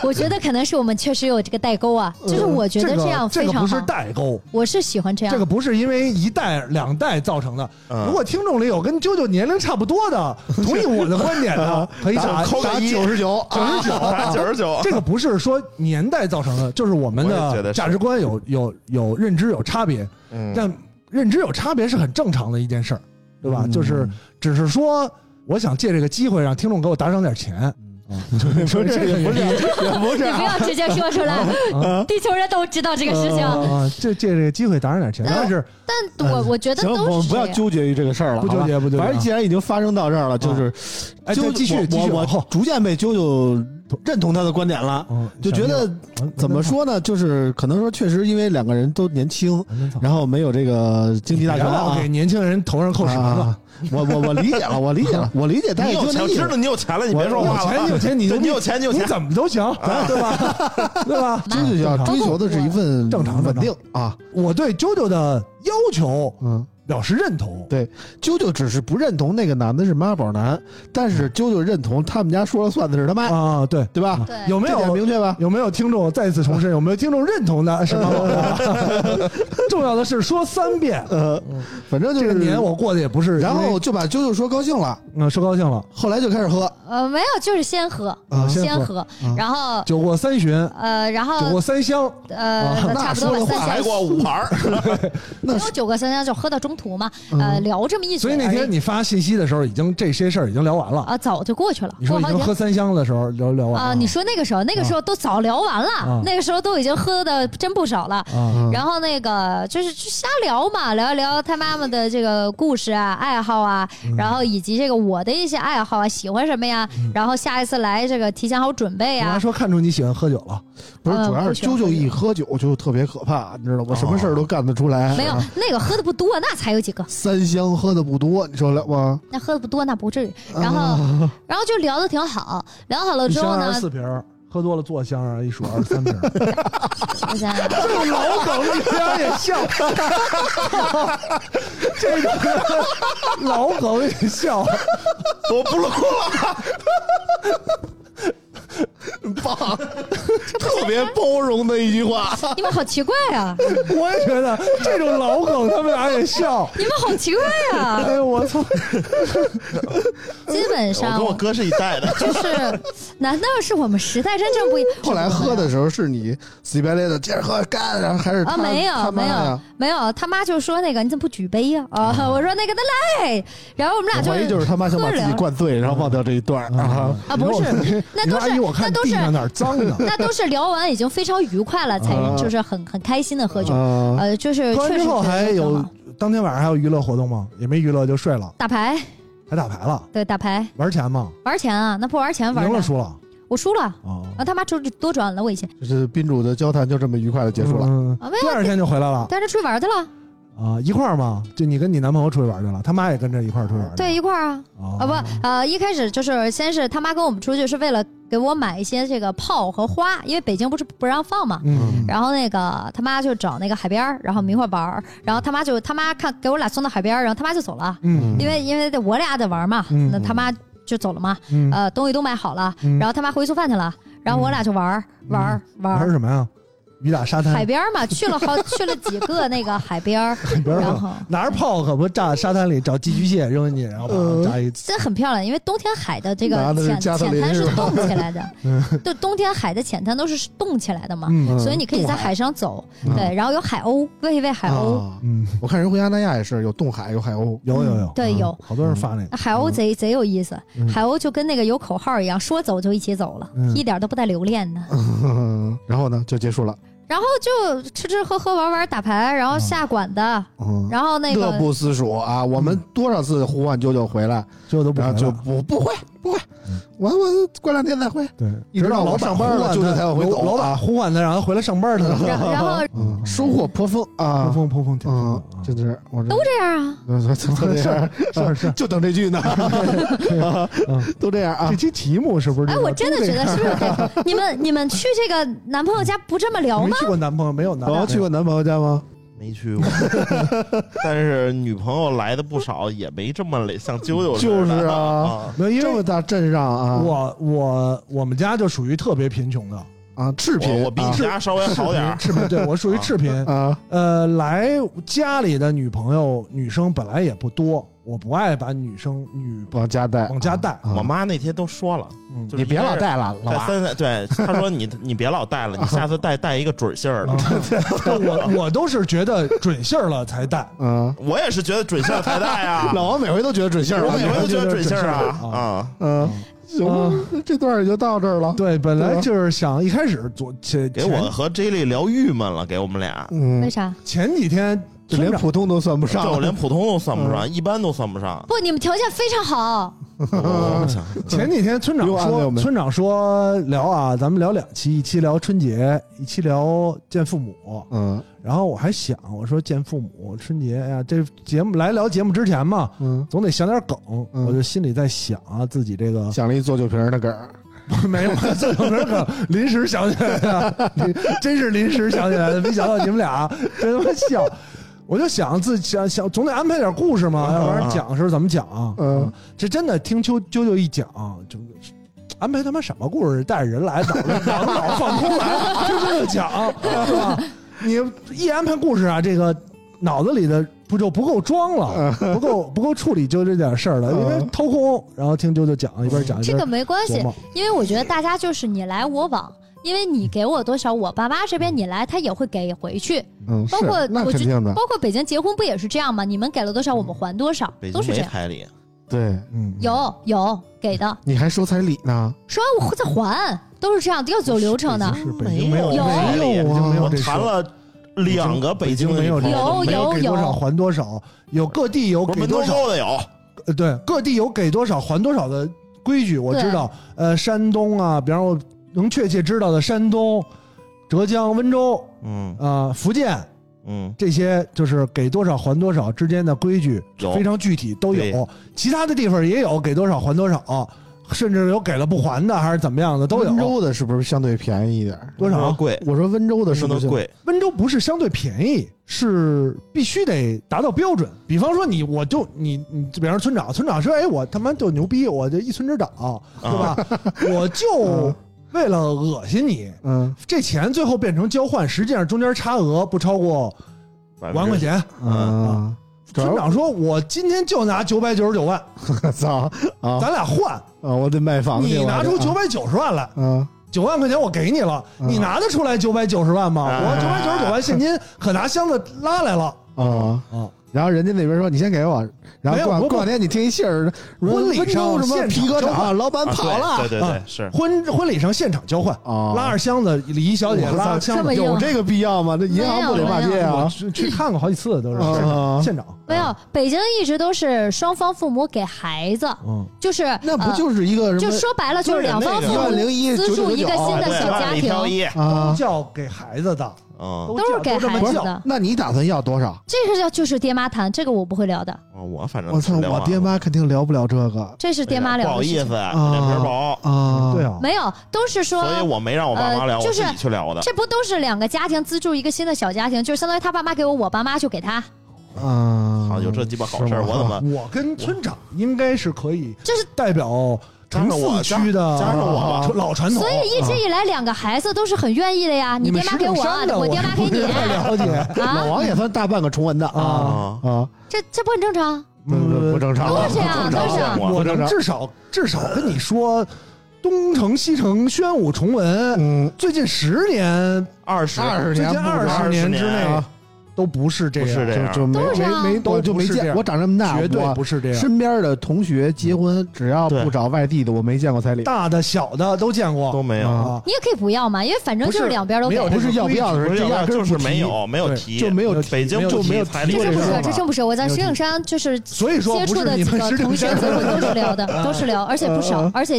我觉得可能是我们确实有这个代沟啊，就是我觉
嗯
得
这
这样
呃这
非
个
常
不
好啊
是。代沟，
我是喜欢这
这
样
个，不是因为一代两代造成的。
嗯
如果听众里有跟啾啾年龄差不多 的，同意我的观点的，可以打
扣
打
个九十九，
九十九，
打 九十九，
这个不是说年代造成的，就是我们
我也觉
的
得是
价值观有有有认知有差别，
嗯
但认知有差别是很正常的一件事儿，对
嗯
吧？就是只是说，我想借这个机会让听众给我打赏点钱，嗯
说嗯这个也不是也不是
啊
你不要直接说出来，地球人都知道这个事
啊
情。
啊，这借这个机会打赏点钱，
那
但是
但我我觉得
行，我
哎
都
们
是
不要
这样
纠结于这个事儿了，
不纠
好吧
结不纠结啊
反正既然已经发生到这儿了，就是
哎，
啾
再继续
我
继续
我
往
我
后，
逐渐被啾啾认同他的观点了，
嗯
就觉得怎么？
啊
说呢？就是可能说确实因为两个人都年轻，
啊
然后没有这个经济大权
我
啊
给。年轻人头上扣
啊
绳子，
我我我理解了，我理解了，我理解，但
你
也
有
就
钱，
那
我
意
知
思
道。你有钱了，你别说
有
话
钱
了。
有钱 你就
对你有钱你有
你
钱
怎么都行，啊对吧？ 对吧？
啊 追求要追求的是一份
正常正常
稳定啊，
我对啾啾的要求
嗯
表示认同。
对，啾啾只是不认同那个男的是妈宝男，但
嗯
是啾啾认同他们家说了算的是他妈，
啊，对，
对吧？
对，
有没
这点
有
明 确吧？
有没有听众再次重申？有没有听众认同 的？是吗？重要的是说三遍。
呃，反正
嗯
就
这
是
个年我嗯过得也不是因为，
然后就把啾啾说高兴了，
嗯说高兴了，
后来就开始喝，
呃，没有，就是先喝，
啊
呃先
先
喝
喝，然后
酒过三巡，
呃，然
酒过
后
三香，哦
呃，
啊
差不多吧，
那说的 话
三
来
箱
过五盘儿，
没有九个三箱，就喝到中途嘛，呃，
嗯
聊这么一嘴
所以
而已。
那天你发信息的时候，已经这些事儿已经聊完了。
啊，早就过去了，
你说
过
已
好
经
几天
喝三箱的时候聊聊完了
啊，你说那个时候，那个时候都早聊完了，
啊
那个时候都已经喝的真不少了。
啊，
然后那个就是就瞎聊嘛，聊一聊他妈妈的这个故事啊、爱好啊，
嗯
然后以及这个我的一些爱好啊，喜欢什么呀，然后下一次来这个提前好准备啊
你
呀
妈。说看出你喜欢喝酒了，
不是
嗯
主要
不
是
喜欢
啾啾
喝
一喝酒就特别可怕，你知道
哦
吗？什么事儿都干得出来，
没有
啊
那个喝的不多，那才有几个，
三箱喝的不多，你受得了吗？
那喝的不多那不至于。然后，
啊
然后就聊的挺好，聊好了
一
之
箱
后
二
呢
十，四瓶儿，喝多了坐箱啊，一数二十三 瓶儿。
我想想
这种老梗你俩也笑，这个老梗也笑，
我不录了，
棒，
特别包容的一句话。
你们好奇怪啊，
我也觉得这种老梗他们俩也 笑。
你们好奇怪 啊，
哎呦我操！
基本
我
上
跟我哥是一代的，
就是，难道是我们时代真正不一样？
后来喝的时候是你死乞白赖的接着喝干，然后还是
啊，
他
没
他
有
妈
没有
呀
没有，他妈就说那个你怎么不举杯呀？啊，我说那个那来，然后我们俩
我怀疑就是他妈想把自己灌醉，然后忘掉这一段
嗯
儿啊。
啊，不是， 那
你说
都
阿姨，
是
我
那
看
都
地
是
上哪儿脏呢？
那都是聊完已经非常愉快了，才
啊
就是很很开心的喝酒。
啊，
呃，就 是
喝完
确
之
实
后
觉得
还
挺
有
好
当天晚上还有娱乐活动吗？也没娱乐就睡了，
打牌，
还打牌了，
对，打牌
玩钱吗？
玩钱啊，那不玩钱玩
赢了
啥？
输了
我输了，
啊，
啊，他妈出去多转了我以前
就是宾主的交谈就这么愉快的结束了。
嗯。
啊，没
第
有，
二天就回来了
带着出去玩去了，
啊，一块儿嘛，就你跟你男朋友出去玩去了，他妈也跟着一块儿出去玩去了。
对，一块儿啊。啊
啊
不，呃，一开始就是先是他妈跟我们出去是为了给我买一些这个炮和花，因为北京不是不让放嘛。
嗯，
然后那个他妈就找那个海边儿，然后迷惑玩儿，然后他妈就他妈看给我俩送到海边儿，然后他妈就走了，
嗯
因为因为我俩得玩儿嘛，
嗯
那他妈就走了嘛，
嗯
呃，东西都买好了，
嗯
然后他妈回去做饭去了，然后我俩就玩儿玩儿玩
玩
儿。
什么呀？雨打沙滩
海，边儿嘛，去了好去了几个那个海边 儿，
边儿
然后
拿着炮可不炸沙滩里找寄居蟹扔进去，然后
呃
把炸一
真很漂亮，因为冬天海的这个
拿的是
浅
加特
浅
林
滩是
是吧嗯
冻起来 的，就冬天海的浅滩都是冻起来的嘛，
嗯
所以你可以在海上走，对，然后有海鸥，喂一喂海鸥，
嗯啊，
嗯，
我看人回阿那亚也是有冻海有海鸥，
有有有，
对
嗯
有啊
好多人发那个，
海
嗯
鸥贼贼有意思，海鸥就跟那个有口号一样，说走就一起走了，
嗯
一点都不带留恋的。
嗯然后呢就结束了。
然后就吃吃喝喝玩玩打牌，然后下馆子，
嗯，
然后那
乐
个
不思蜀啊！我们多少次呼唤啾啾回来，
最后都不
然
回
后就
了。
不不会不会，我我过两天再会。
对，
一直到我上班了
呼唤他
舅舅才会走啊
老板呼唤他，让他回来上班去
然
了。
然后
嗯，收获颇丰啊
碰！碰碰碰，挺
嗯
好，
真的是我这
都这样啊，
都这样，
是是。
就等这句呢，都这样啊
这！期题目是不是？
哎，我真的觉得是不是得 你们你们去这个男朋友家不这么聊
你没
吗？
去过男朋友，没有男
宝
朋
宝
友
去过男朋友家吗？
没去过，但是女朋友来的不少，也没这么累，像啾啾似
就
的
是啊，
啊。
没有，因
这
为
么大阵仗啊
我我我们家就属于特别贫穷的，
啊！赤
我
贫，
哦我比你家稍微好点儿，
赤贫，对我属于赤贫。
啊
呃，来家里的女朋友女生本来也不多，我不爱把女生女
往家带，
往家带。
啊
我妈那天都说了，
嗯
就是
你别老
带
带了，老
在
娃。
三三对，她说你你别老带了，你下次带带一个准信儿的。
啊我我都是觉得准信儿了才带。
嗯，
我也是觉得准信儿才带啊，
老王每回都觉得准信儿
我
了
每。回都觉得准信儿
啊
啊
嗯，行吧，这段也就到这儿了。
对，本来就是想一开始昨前
给我和 J 莉聊郁闷了，给我们俩，
嗯
为，啥？
前几天
就连
村长
普通都算不上
这我连普通都算不上，一般都算不 上。
不，你们条件非常
啊
好，
我不想
前几天村长
又安慰我
说，
们
村长说聊啊，咱们聊两期，一期聊春节，一期聊见父母。
嗯
然后我还想，我说见父母春节，哎呀，这节目来聊节目之前嘛，
嗯，
总得想点梗。
嗯
我就心里在想啊，自己这个
想了一做酒瓶儿的梗儿，
没有，这有没有梗？临时想起来的，真是临时想起来的，没想到你们俩真他妈笑。我就想自己想想总得安排点故事嘛，要不然讲是怎么讲？
嗯，
这真的听啾啾啾一讲，就安排他妈什么故事？带着人来，脑脑脑放空来，听啾啾讲，是吧？你一安排故事啊，这个脑子里的不就不够装了，不够不够处理就这点事儿了，因为掏空，然后听啾啾讲，一边讲一
这
边
个没关
琢
系，
磨。
因为我觉得大家就是你来我往，因为你给我多少，我爸妈这边你来他也会给回去，
嗯，
包
是
括
那
我
肯
觉
定的，
包括北京结婚不也是这样吗？你们给了多少，我们还多少，
北
都
京
是这
没
样。
彩礼，
对，
嗯，
有有给的，
你还收彩礼呢？
说完我再还，都是这样，要走流程的。
是北京没有
有彩礼，
有啊
我谈了两个北京
没
的女
有
朋
这个
有
友，
没
有
给多少
有
还多少，有各地有
我
给
门头
多少，
沟的有，
呃，对，各地有给多少还多少的规矩，我知
对
道。呃，山东啊，比方我能确切知道的，山东、浙江温州
嗯
啊、福建
嗯，
这些，就是给多少还多少之间的规矩
有
非常具体，都有
对。
其他的地方也有给多少还多少，甚至有给了不还的，还是怎么样的都
温
有。
州的是不是相对便宜一点儿？
多少啊？
贵，
我说温州的是
说
不
的
是？
贵，
温州不是相对便宜，是必须得达到标准。比方说你，我就你你，比方说村长，村长说，哎，我他妈就牛逼，我就一村之长，
啊
对吧？ 我就为了恶心你，
嗯
这钱最后变成交换，实际上中间差额不超过五万块钱。
啊，主
村
要
长说，我今天就拿九百九十九万，
我操啊
咱俩换，
啊！我得卖房子去，
你拿出
我得
九百九十万来。
啊，
九万块钱我给你了，
嗯
你拿得出来九百九十万吗？
哎
我九百九十九万现金可拿箱子拉来了
啊啊
啊！
然后人家那边说你先给我，然
没
后
有
过
不
过
不
两天你听一信儿，说
婚礼
温州
上
什么
现
皮
场
革
交
厂老板
啊
跑
对
了，
对对对，是
婚婚礼上现场交换，
哦
拉着箱子，李小姐
我操
拉着箱
这么
子，
硬
有这个必要吗？这银行不得骂街
我
啊！
去去看过好几次都是
啊
现场，
没有，北京一直都是双方父母给孩子，
嗯，
就是
那不
呃
就是一个什
就
么
说白了就是两方父
一万
母
零一
资
九
助
九
一
九
个新的
对
小家
万里挑
庭，
一，
啊？
叫给孩子的，
嗯，
都
叫
是给
这么
孩子
叫
的。
那你打算要多少？
这是叫就是爹妈谈，这个我不会聊的，
哦我反正
我操，
聊完
我爹
了
妈肯定聊不了这个
这是爹妈
不
聊
好
的
意
事
思，
情。
脸皮薄，
啊！
对，啊，
没有，都是说，
所以我没让我爸妈
呃
聊，我
就是
自己去聊的。
这不都是两个家庭资助一个新的小家庭，就是相当于他爸妈给我，我爸妈就给他，
啊，
啊，有这鸡巴好事儿，
是吗
我怎么
我跟村长应该是可以，
这是
代表城四区的
加上我加
啊老传统，
所以一直以来两个孩子都是很愿意的呀。
哦你
爹
们
妈
石
给
景
我，啊
山的，
我
我
爹妈给你
不太了解，
老
啊，
王也算大半个崇文的 啊啊，
这这不很正常？
不不
嗯，
正常，啊
都是这样
不正
都
常
是这样
我
不正
能
常。
至少至少跟你说，东城西城宣武崇文，
嗯，
最近十年
二十
二十年
最近
不
二
20
十
年
年之内
啊
都不是这
不是
样，
这样？
就就没
都是这样
没没我
都
就没
不是这
见，
样
我长这么大，
绝对
我
不是这样。
身边的同学结婚，只要
对
不找外地的，我没见过彩礼。
大的小的都见过
都没有，
啊
啊，
你也可以不要嘛，因为反正就
不
是
是
两边都
没
给
有。
不是要不要的
不
事，
是
这
要不
压
然
根儿
就是
不提
没有没有
对
提，
就没有提
北京
就
不
没有
提
提
彩
这
礼
这
真不
个事儿
是，
吧
这真不是。我在石景山就是
所以说
接
不
触
是
的
你
几
们
个
是
同
顶
学
山嗯
结婚都是聊的，都是聊， 而且不少，而且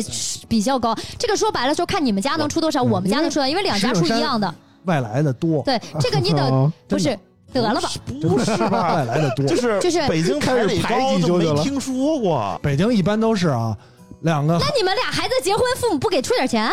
比较高。这个说白了就看你们家能出多
嗯
少，我们家能出多少，因为两家出一样的。
外来的多，
对，这个你 得
哦
啊
不是得了吧？
不是吧？
外来的多
就。是
就是
北京彩礼
开始排
高
挤
都
舅舅
没
了
听说过，
北京一般都是啊，两个
那你们俩孩子结婚，父母不给出点钱啊？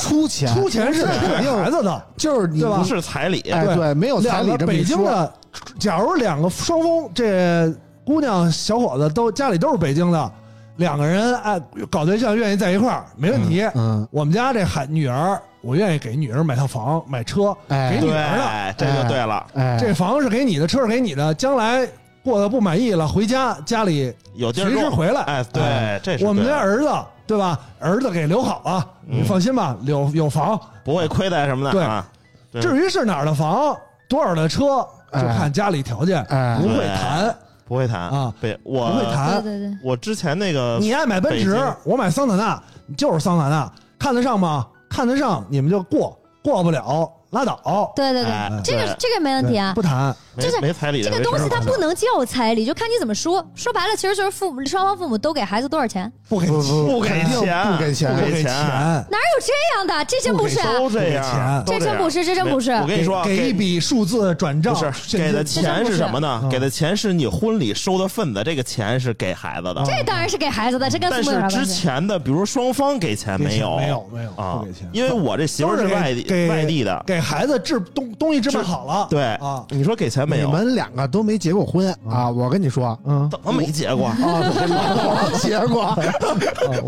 出钱
出钱是肯定孩子的，
就是你
对吧
不
不是
是彩礼，
哎
对
对，没有彩
两
礼
个
这么
北
一
京
说。
的，假如两个双方这姑娘小伙子都家里都是北京的，两个人哎搞对象愿意在一块儿没问题。
嗯，
我们家这孩女儿，我愿意给女儿买套房、买车，
哎
给
对
女儿的。，
这就对了，
哎，
这房是给你的，车是给你的，将来过得不满意了，回家家里
有地儿
随时
住
回来。
哎，对，这是
我们
对
家
的嗯
儿子对吧？儿子给留好了，你放心吧，有有房。
不会亏待什么
对
的啊。对
至于是哪儿的房，多少的车，就看家里条件，
哎
不会谈，
不会谈
啊
北
不
我
会谈。
对对，
我之前那个
你爱买奔驰
北京，
我买桑塔纳，你就是桑塔纳，看得上吗？看得上，你们就过，过不了拉倒。
对对
哎
对，这个
对
这个没问题啊
不。谈，
没
就是
没彩礼
这
的
个
没事
东西
儿
它不能叫彩礼，就看你怎么说。说白了，其实就是父母双方父母都给孩子多少钱，
不给
不
钱，
不
不给
肯定
钱
不给
不
钱，
不给
给
钱，
钱
哪有这样的？这真不是啊，
都这
不给钱
样，都
这真
样
不是，这真不是。
没我跟你说啊，
给一笔数字转账，
不是
现
给的
金
钱是什么呢
嗯？
给的钱是你婚礼收的份子，这个钱是给孩子
嗯
的。
这当然是给孩子的，这跟
但
父母有
是
啥
之
关系？
前的，比如双方给钱
哎
给钱
有，
没
没
有没有
啊
不给钱，
因为我这媳妇儿
都是
是
给
外地
给
外地的，
给孩子置东东西置办好了，
对
啊，
你说给钱没有？
你们两个都没结过婚啊！我跟你说啊，
嗯，
怎么没结
啊
啊过？
老 结
啊
过，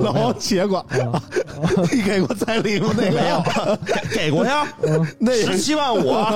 老结过，你给过彩礼吗？那
没有啊
个，
给给过呀，
嗯
那
十
人
七万 五啊，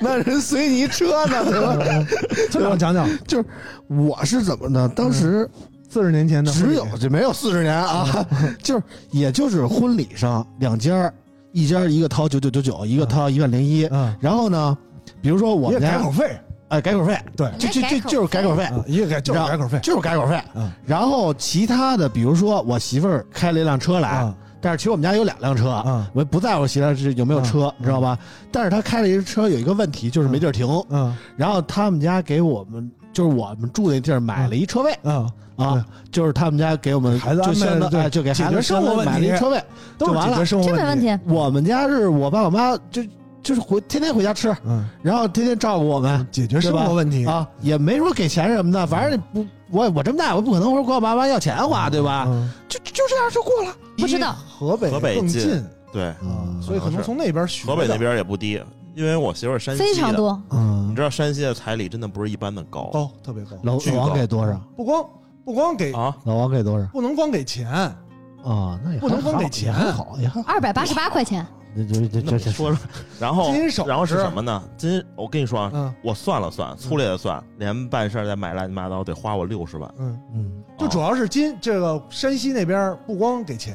那人随你车呢，对吧？
村长讲讲，
就是我是怎么的？当时
四十年前的
只有这没有四十年啊，
嗯
就是也就是婚礼上两家儿，一家儿一个掏九九九九，一个掏一万零一，
嗯，
然后呢，比如说我
一个
们
改
家
口费，
哎改口费，
对
这这这就是改口费，
啊一个改就是改口费，
就是改口费
嗯。
然后其他的，比如说我媳妇儿开了一辆车来
啊，
但是其实我们家有两辆车
嗯，
我不在乎媳妇儿是有没有车，你知道吧？但是她开了一车有一个问题，就是没地儿停。
嗯
然后他们家给我们，就是我们住那地儿买了一车位
嗯，
啊，就是他们家给我们
孩子
就
安排
相
了
当
对
哎就给孩
解
子
决生活
相当于
问题
买了一车位，
都
就是完
解决
了。
生活
这没问
题，
题。
我们家是我爸我妈啊就就是回天天回家吃，
嗯，
然后天天照顾我们。
解决生
对吧
活问题，
啊，也没说给钱什么的，反正不，我我这么大，我不可能说管我爸妈要钱花，对吧？
嗯
就就这样就过了。
不知道
河北
河北
更
近
近
对，
嗯
啊，所以可能从那边学的
河北那边也不低，因为我媳妇儿山西的
非常，多，
你
嗯
知道山西的彩礼真的不是一般的高
高特别高，
老
巨
老王
高
给多少？
不光不光给
啊！
老王给多少？
不能光给钱，
啊，那也
不能光给钱
还好也还好。
二百八十八块钱，
这这这
那
这
么
这
说说， 然后
金手
然后是
指
什么呢？金，我跟你说啊，
嗯
我算了算，粗略的算，连办事儿再买乱七八糟得花我六十万。啊
嗯，
嗯，
就主要是今这个山西那边不光给钱，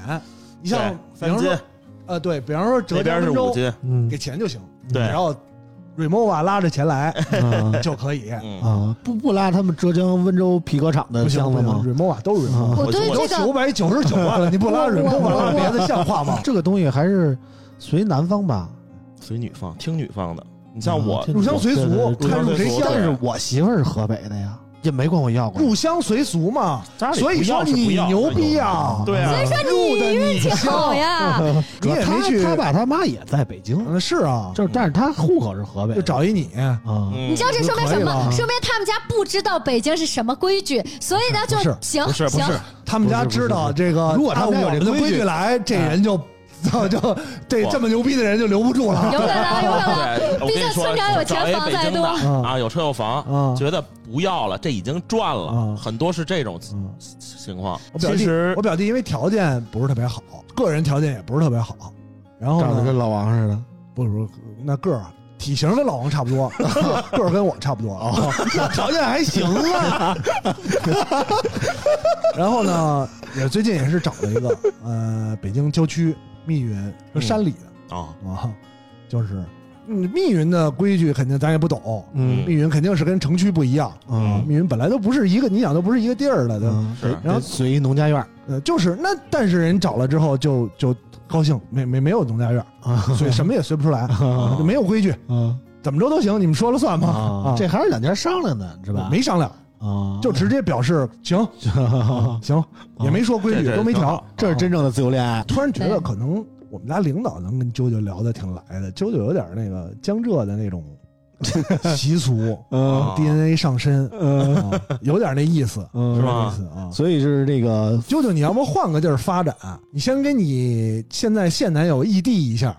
你
你
像比
三
方
金
说呃对，比方说
那
浙江
边是
温
五
州
金，
嗯
给钱就行，
对
然后 remova 拉着钱来
啊
就可以，
嗯，
啊，
不不拉他们浙江温州皮革厂的
不行
箱
不
子
行
吗？
，remova 都是
嗯
remova。
我对
我
都
这
九
个
百九十九万了，你不拉 remova 拉别的像话吗？
这个东西还是随南方吧，
随女放，听女放的。你像
啊
我
听
入乡随俗，嗯
对
看入谁
对
乡
但，是我媳妇儿是河北的呀，也没管我要过。
入乡随俗嘛。所以说你牛逼啊！
对啊，
说你运气好呀，
你也没去，
他爸他妈也在北京，
嗯是啊，
就是但是他户口是河北的，
就找一你，
啊，
嗯
你知道这说明什
可以了啊
么？说明他们家不知道北京是什么规矩，所以呢就
不是
行
不是不
行
是，
他们家
不是不
知
是
道这个，
如果他
按
们家
我
有
这个
这规
规
矩哎
矩来，这人 就就就这
哇
这么牛逼的人就留不住
啊
了。
有可能有可能。
对，我
毕
跟
竟
你说，
村长有
找一
钱房
北
再
京
多
的
嗯
啊，有车有房，
嗯
觉得不要了，这已经赚了，
嗯
很多是这种
嗯
情况。
我表
其
弟
实
我表弟因为条件不是特别好，个人条件也不是特别好，然后
长得
呢
跟老王似的。
不是不是那个儿啊体型跟老王差不多， 个儿个儿跟我差不多啊，
哦
条件还行啊。然后呢，也最近也是找了一个呃北京郊区密云，就山里的。
啊，
啊， 就是嗯密云的规矩肯定咱也不懂，
嗯
密云肯定是跟城区不一样，
嗯
密云本来都不是一个，你想都不是一个地儿的，对吧？
嗯，
是
然后随农家院
呃，就是那，但是人找了之后就就高兴，没没没有农家院，
啊
所以什么也随不出来，啊就没有规矩，
啊
怎么着都行，你们说了算嘛？啊，
这还是两家商量的，是吧？
没商量，
啊，
就直接表示行行，也没说规矩，
这
都没调。
这是真正的自由恋爱。
突然觉得
对
可能我们家领导能跟啾啾聊的挺来的，啾啾有点那个江浙的 那种习俗，
啊
嗯
DNA 上身，啊有点那意思，
嗯
有
是
点
吧
意思啊。
所以就是这个
啾啾，你要不换个地儿发展？你先跟你现在现男友异地一下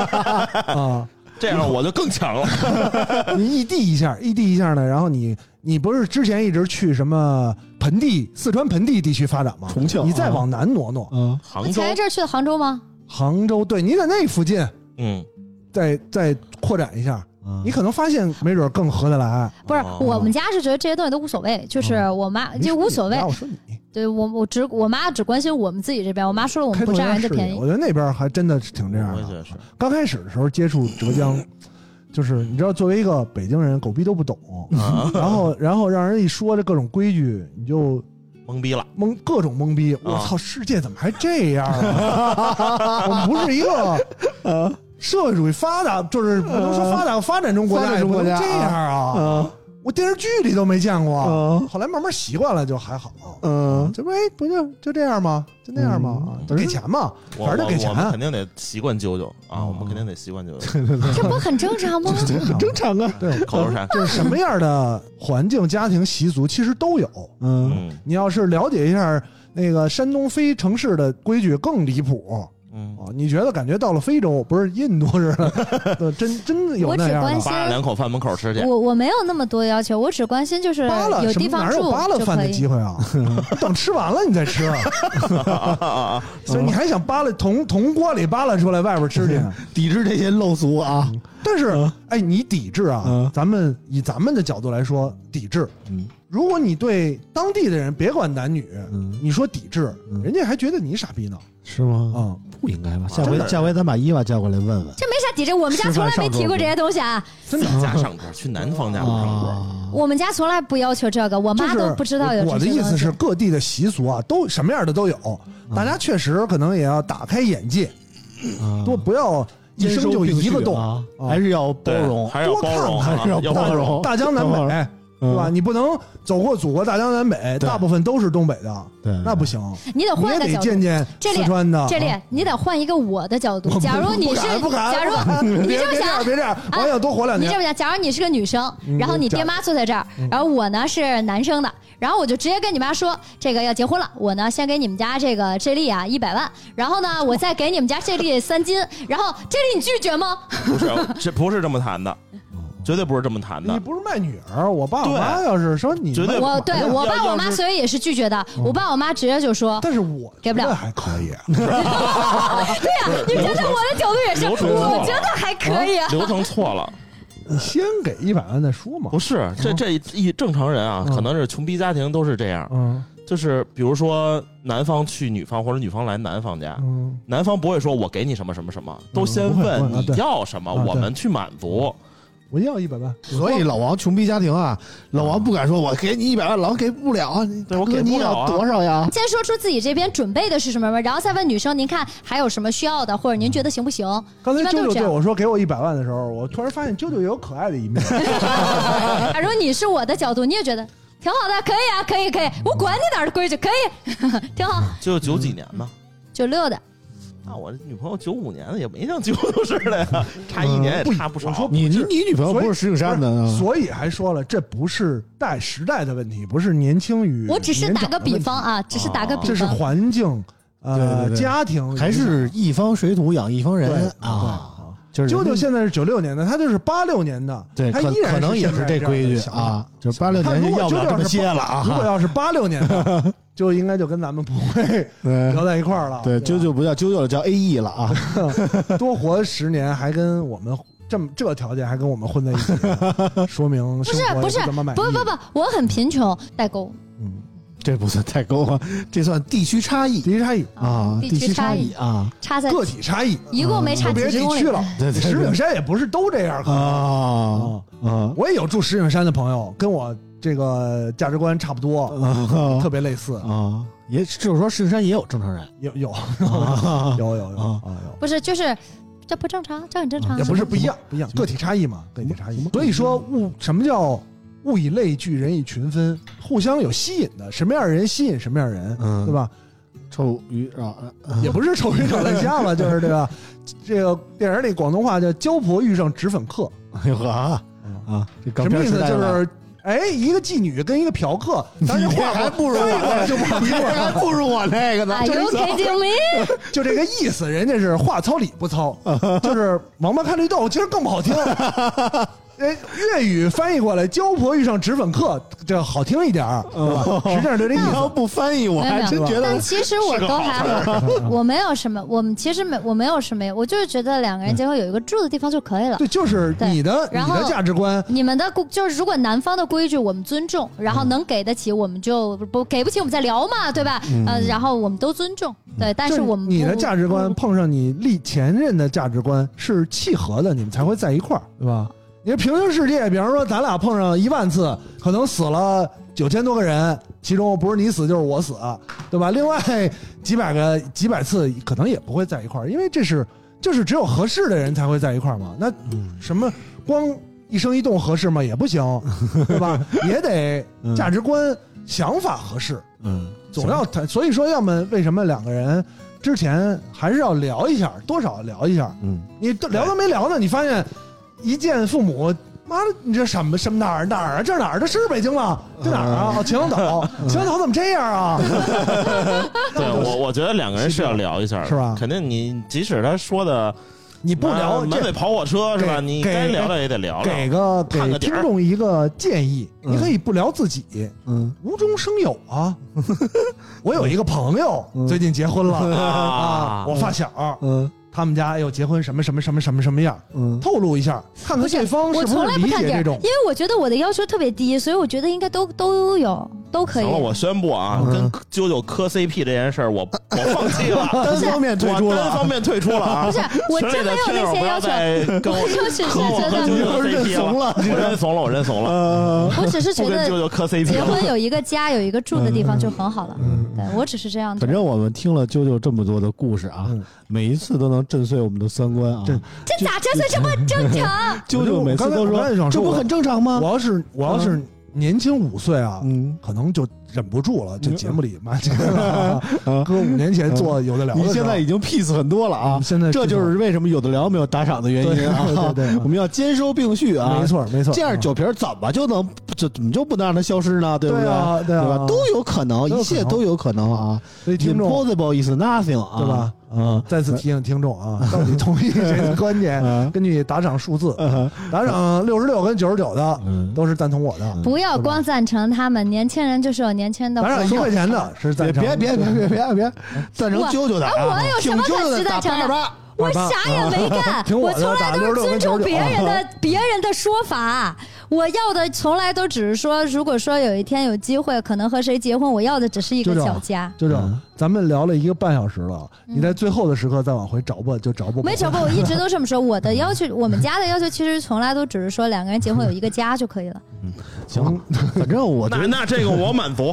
啊，
这样我就更强了。
你异地一下，异地一下呢，然后你你不是之前一直去什么盆地、四川盆地地区发展吗？
重庆啊
你再往南挪挪，
嗯
我
杭州
前一，阵儿去的杭州吗？
杭州，对你在那附近
嗯，
再再扩展一下，你可能发现没准更合得来。
不是
哦，
我们家是觉得这些东西都无所谓，就是我妈呃就无所谓
然。后我说你
对我，我只我妈只关心我们自己这边。我妈说了，我
开拓
们不
一
占
下
人家
视
便
野，
宜
我。觉得那边还真的是挺这样
我也觉
的。
得是，
刚开始的时候接触浙江，就是你知道，作为一个北京人，狗逼都不懂，
啊
然后然后让人一说这各种规矩，你就
懵逼了。
懵，各种懵逼。我操，世界怎么还这样啊？我们不是一个社会主义发达，就是不能说发达发展中国
发
家，
展
也
中
不
国
能
家
这样啊。
啊
我电视剧里都没见过，
嗯
后来慢慢习惯了就还好。
嗯，
这不哎不就就这样吗？就那样吗？啊
嗯
给钱 嘛，
我
反正
我
得给
我
啊
们
钱
肯。定得习惯啾啾啊，我们肯定得习惯啾啾。
这不很正常吗？
很正常啊。
对，
口 头禅，
就是什么样的环境、家庭、习俗其实都有。
嗯
嗯，
你要是了解一下那个山东非城市的规矩，更离谱。
嗯，
哦，你觉得感觉到了非洲，不是印度似的，对真真有
我
那
只
样
关
的。
心
扒拉两口饭门口吃去。
我我没有那么多要求，我只关心就是
扒拉什
地
么
方
哪有
住
扒拉
就
饭
可
的机
以。
会 啊？你等吃完了你再吃啊，
啊
所以你还想扒拉铜铜锅里扒拉出来外边吃去 呢？
抵制这些陋俗啊！
但是，哎，你抵制啊
嗯，
咱们以咱们的角度来说，抵制。
嗯
如果你对当地的人，别管男女，
嗯，
你说抵制，
嗯
人家还觉得你傻逼呢
是吗？
啊！
不应该吧？
下回下回咱把伊娃叫过来问问
这没啥抵制，我们家从来没提过这些东西啊，
自己家上桌，去南方家不上桌。
啊，
我们家从来不要求这个，我
哦啊就
妈
是
都不知道有这些
我的
东西。
意思是，各地的习俗啊，都什么样的都有，
嗯
大家确实可能也要打开眼界，
啊
多不要一
兼
生
收
就
并
一个
蓄
洞。
啊
啊
还是要包
对
容，
还是要包容，
看看还是要
啊
包
包
容
容。
大江南
包
北，对吧？
嗯
你不能走过祖国大江南北，
对
大部分都是东北的，
对，
那不行，
你得
你
换
也
个
得
角度
见。见
这
四
里
川的。
这里
啊
你得换一个我的角度。假如你
不
是，
敢不敢，
假如
不敢
你
别
这么
别这
想啊
样，别这样，我想多活两
你
年
这。么讲，假如你是个女生
嗯，
然后你
假
爹妈坐在这儿，然后我呢是男生的，然后我就直接跟你妈说，这个要结婚了，我呢先给你们家这个这丽啊一百万，然后呢我再给你们家这丽三金，然后这丽你拒绝吗？
不是，这不是这么谈的，绝对不是这么谈
你
的。
不是卖女儿，我爸我
对
妈要是说你
绝对
卖
我
要
对
要
我爸
要
我妈
是
所以也是拒绝的，我爸我妈直接就说，
但是我
给不了
觉得还可以啊，
对呀，你站在我的角度也是，
流程错了
我觉得还可以啊。
流程错 了，
你先给一百万再说嘛
不。是这
嗯
这一正常人啊，
嗯
可能是穷逼家庭都是这样，
嗯
就是比如说男方去女方或者女方来男方家，
嗯，
男方不会说我给你什么什么什么，都先
不会
问
不会啊
你
对
要什么，
啊对嗯
我们去满足。
我要一百万，
所以老王穷逼家庭啊，老王不敢说，我给你一百万，老王给不了啊，你
对我
哥
给不
你
了
要
啊
多少呀？
先说出自己这边准备的是什么吧，然后再问女生，您看还有什么需要的，或者您觉得行不行？
刚才
一般都
舅舅
是这
对
样。
我说给我一百万的时候，我突然发现舅舅也有可爱的一面。
假如你是我的角度，你也觉得挺好的，可以啊，可以，可以，我管你哪儿的规矩，可以， 挺好。
嗯
就九几年呢？
九六的，
那我女朋友九五年的也没像九六似的
嗯
呀，差一年也差不少。
你你你女朋友
所以
不是石景山的啊？
所以还说了，这不是代时代的问题，不是年轻与
我只是
年
打
嗯长
个
的问
比
题，
方啊，只是打个比
这是
方。
环境
对
呃
对对
家庭
还是一方水土养一方
对
人啊？
啊。
就是
舅
人
舅现在是九六年的，他就是八六年的，
对，
他
可
依然
可能也
是
是这规矩啊，就是八六
他
年
如
就
果
要不
就
了这么
是
些 了
如果
啊。
要是八六年 的，就应该就跟咱们不会
对
聊在一块儿了。
对，
吧
啾啾不叫啾啾了，叫 A E 了啊。
多活十年，还跟我们这么这条件还跟我们混在一起， 说明不
不是
不
是
怎么满意。
不不不，我很贫穷，代沟
嗯，
这不算代沟啊，这算地区差异
地区差异，
啊，
地
地
区
区
差
差
异
异啊
差在
个体差异，
一共没差
个
几
别
十
地
公里
区。了。
对对对
石景山也不是都这样可能
啊
啊。
啊
我也有住石景山的朋友，跟我这个价值观差不多，
啊
特别类似。
啊！也就是说，石景山也有正常人
有有
啊
有有有啊
啊
有。
不是，就是这不正常，这很正常
啊也。不是不一样，不一样，个体差异嘛，个体差异。所以说物什么叫物以类聚，人以群分，互相有吸引的，什么样的人吸引什么样的人，
嗯
对吧？
臭鱼啊，
也不是臭鱼找对象了，就是对吧？ 这个电影里广东话叫“焦婆遇上脂粉客
哎呦呵 啊啊！这”，港
嗯什么
片
意
时
思？
代
就
了
是哎，一个妓女跟一个嫖 客，咱这话还不如我，就 不如
还不如我那个呢
啊
哎呦，给经理，
就这个意思，人家是话糙理不糙，就是王八看绿豆，其实更不好听。哎，粤语翻译过来，“焦婆遇上脂粉客”，这好听一点儿，对吧？实际上就这意
你要
思。
不翻译，我还真觉
但
得
其实我都还好，我没有什么，我们其实没，我没有什么，我就是觉得两个人结婚有一个住的地方就可以了。
对，就是你的
对然
你
后
的价值观，
你们的规就是，如果南方的规矩我们尊重，然后能给得起我们就不给不起我们再聊嘛，对吧？呃，然后我们都尊重，对，但
嗯
是
就
我们
你的
不
价值观
不
碰上你历前任的价值观是契合的，你们才会在一块儿，对吧？你说平行世界，比方说咱俩碰上一万次，可能死了九千多个人，其中不是你死就是我死，对吧？另外几百个几百次可能也不会在一块儿，因为这是就是只有合适的人才会在一块儿嘛。那什么光一生一动合适吗？也不行，对吧？也得价值观、想法合适。
嗯，
总要谈，所以说，要么为什么两个人之前还是要聊一下，多少聊一下。
嗯
你都聊都没聊呢，你发现一见父母，妈的，你这什么什么哪儿哪儿啊？这哪儿？这是北京吗？这哪儿啊？哦，秦皇岛，秦皇岛怎么这样啊？
对我，我觉得两个人是要聊一下的，
是吧
肯定你即使他说的
你不聊
啊
这
满尾跑火车是吧？
给
你
给
该聊聊也得聊聊。
给个
探
给
个底儿
听众一个建议，
嗯
你可以不聊自己，
嗯，
无中生有啊。 我有一个朋友最近结婚了啊
啊，
我发小，
嗯
他们家又结婚什么什么什么什么什么样，
嗯，
透露一下，看看
不是
对方
我
是
从
是
来不
理
看
解
点儿，
这
因
种。
为我觉得我的要求特别低，所以我觉得应该都都有，都可以
行。了，我宣布啊，
嗯
跟啾啾磕 CP 这件事儿， 我我放弃了，
单方面退
我
出
单
了，
方面退出了啊！
不 是我
群
真
里
没有
的听友
那些
不
要
要
求，
再跟我
我就只是
磕我
觉
和
得，
啾啾 CP 了，我认怂了，我认 怂了，
呃，
我只是觉
不 跟啾
得
啾磕
结
CP 了。
婚有一个家，有一个住的
嗯
地方就很好了。对我只是这样的。
反正我们听了啾啾这么多的故事啊，
嗯
每一次都能震碎我们的三观啊。
这
这咋这算这么 正常？
啾啾每
我刚
次都
才我刚才
说
想
这
说
不
我
很正常吗
我？要是我要是年轻五岁啊，
嗯，
可能就忍不住了。就节目里妈这个
嗯
哥五年前做有的聊的
你
时候，
现在已经 peace 很多了啊
嗯，现在
这就是为什么有的聊没有打赏的原因啊。
对对对对 嗯
我们要兼收并蓄啊，
没，错没错，
这样酒瓶怎么就能就怎么就不能让它消失呢？对不
对啊对
对
啊
吧？都有可
都有
能，
可能
一切都有可能啊。
所以听众
Impossible is nothing 啊，
对吧？
嗯
再次提醒听众啊，到底同意谁的观点，
嗯
根据打赏数字，
嗯
打赏六十六跟九十九的
嗯，
都是赞同我的，
不要光赞成他们，年轻人就是有年轻人的
打赏
活
一
路
块钱的是赞
别
成，
别别别别别别，赞成
我
啾啾的
啊
啊，
我有什么
挺啾啾
可
的
值
打
得
八
承
八
的。
啊
我啥也没干，
听我
我
的
从来
打
都是
66
尊重
跟99
别人的别人的说法。我要的从来都只是说，如果说有一天有机会，可能和谁结婚，我要的只是一
就
个
这样
小家。
就这样，
嗯
咱们聊了一个半小时了，
嗯
你在最后的时刻再往回找吧，就找不
没找过，我一直都这么说。我的要求，我们家的要求其实从来都只是说两个人结婚有一个家就可以了。
行，反正我
那那这个我满 足，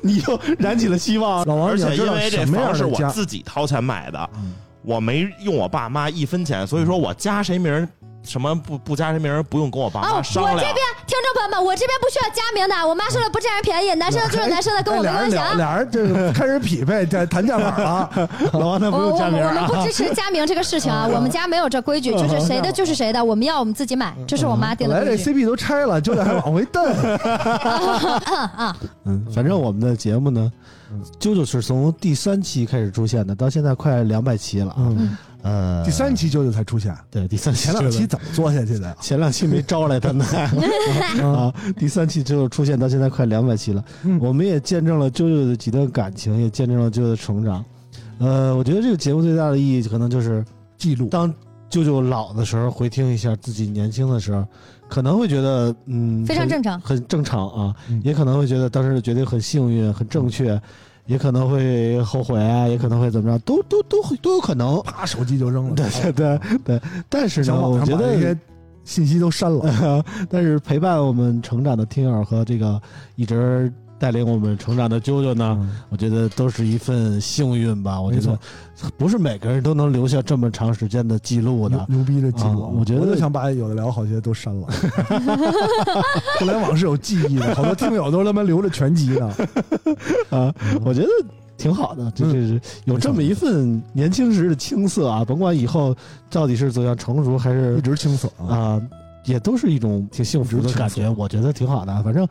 你就燃起了希望。
老王，
而
你要
且
知
因
道
为这
什么样
房是
的
我
家？
自己掏钱买的，
嗯
我没用我爸妈一分钱，所以说我加谁名儿什么不不加谁名儿不用跟我爸
哦，
妈
我这
商
边
量。
听众朋友们，我这边不需要加名的，我妈说了不占人便宜，男生的就是男生的，跟我没
俩
关
哎人
系啊啊
俩。俩人这个开始匹配， 这谈价码了。
老王他不
我
用
我
加名
们我们
啊
不，支持加名这个事情啊，我们家没有这规矩，就是谁的就是谁的，我们要我们自己买，这是我妈定
本来
的
这
规矩。
CP 都拆了，就得还往回蹬。
嗯，反正我们的节目呢，
嗯
啾啾是从第三期开始出现的，到现在快两百期了啊。
嗯，
呃，
第三期舅舅才出 现，
对第三期
前两期
就是
怎么做下去的？
前两期没招来他呢啊，第三期就出现到现在快两百期了，
嗯
我们也见证了啾啾的几段感情，也见证了啾啾的成长。呃，我觉得这个节目最大的意义可能就是
记录
当舅舅老的时候，回听一下自己年轻的时候，可能会觉得嗯
非常
很
正常
很正常啊，
嗯
也可能会觉得当时的决定很幸运、很正确，也可能会后悔啊，也可能会怎么着，都都都会都有可能。
啪，手机就扔了。
对对对对，但 是
想
呢，我
网
觉
上把这
得
些信息都删了。
但是陪伴我们成长的听友和这个一直带领我们成长的啾啾呢，我觉得都是一份幸运吧。我觉
没
得不是每个人都能留下这么长时间的记录的
牛。牛逼的记录，
啊我觉得
我就想把有的聊好些都删了。 互联网是有记忆的，好多听友都他妈留着全集呢。
啊，我觉得挺好的，这这
嗯
是有这么一份年轻时的青涩啊，甭管以后到底是走向成熟还
一
是
直青涩啊，
啊，也都是一种挺幸福的感觉，我觉得挺好的。反正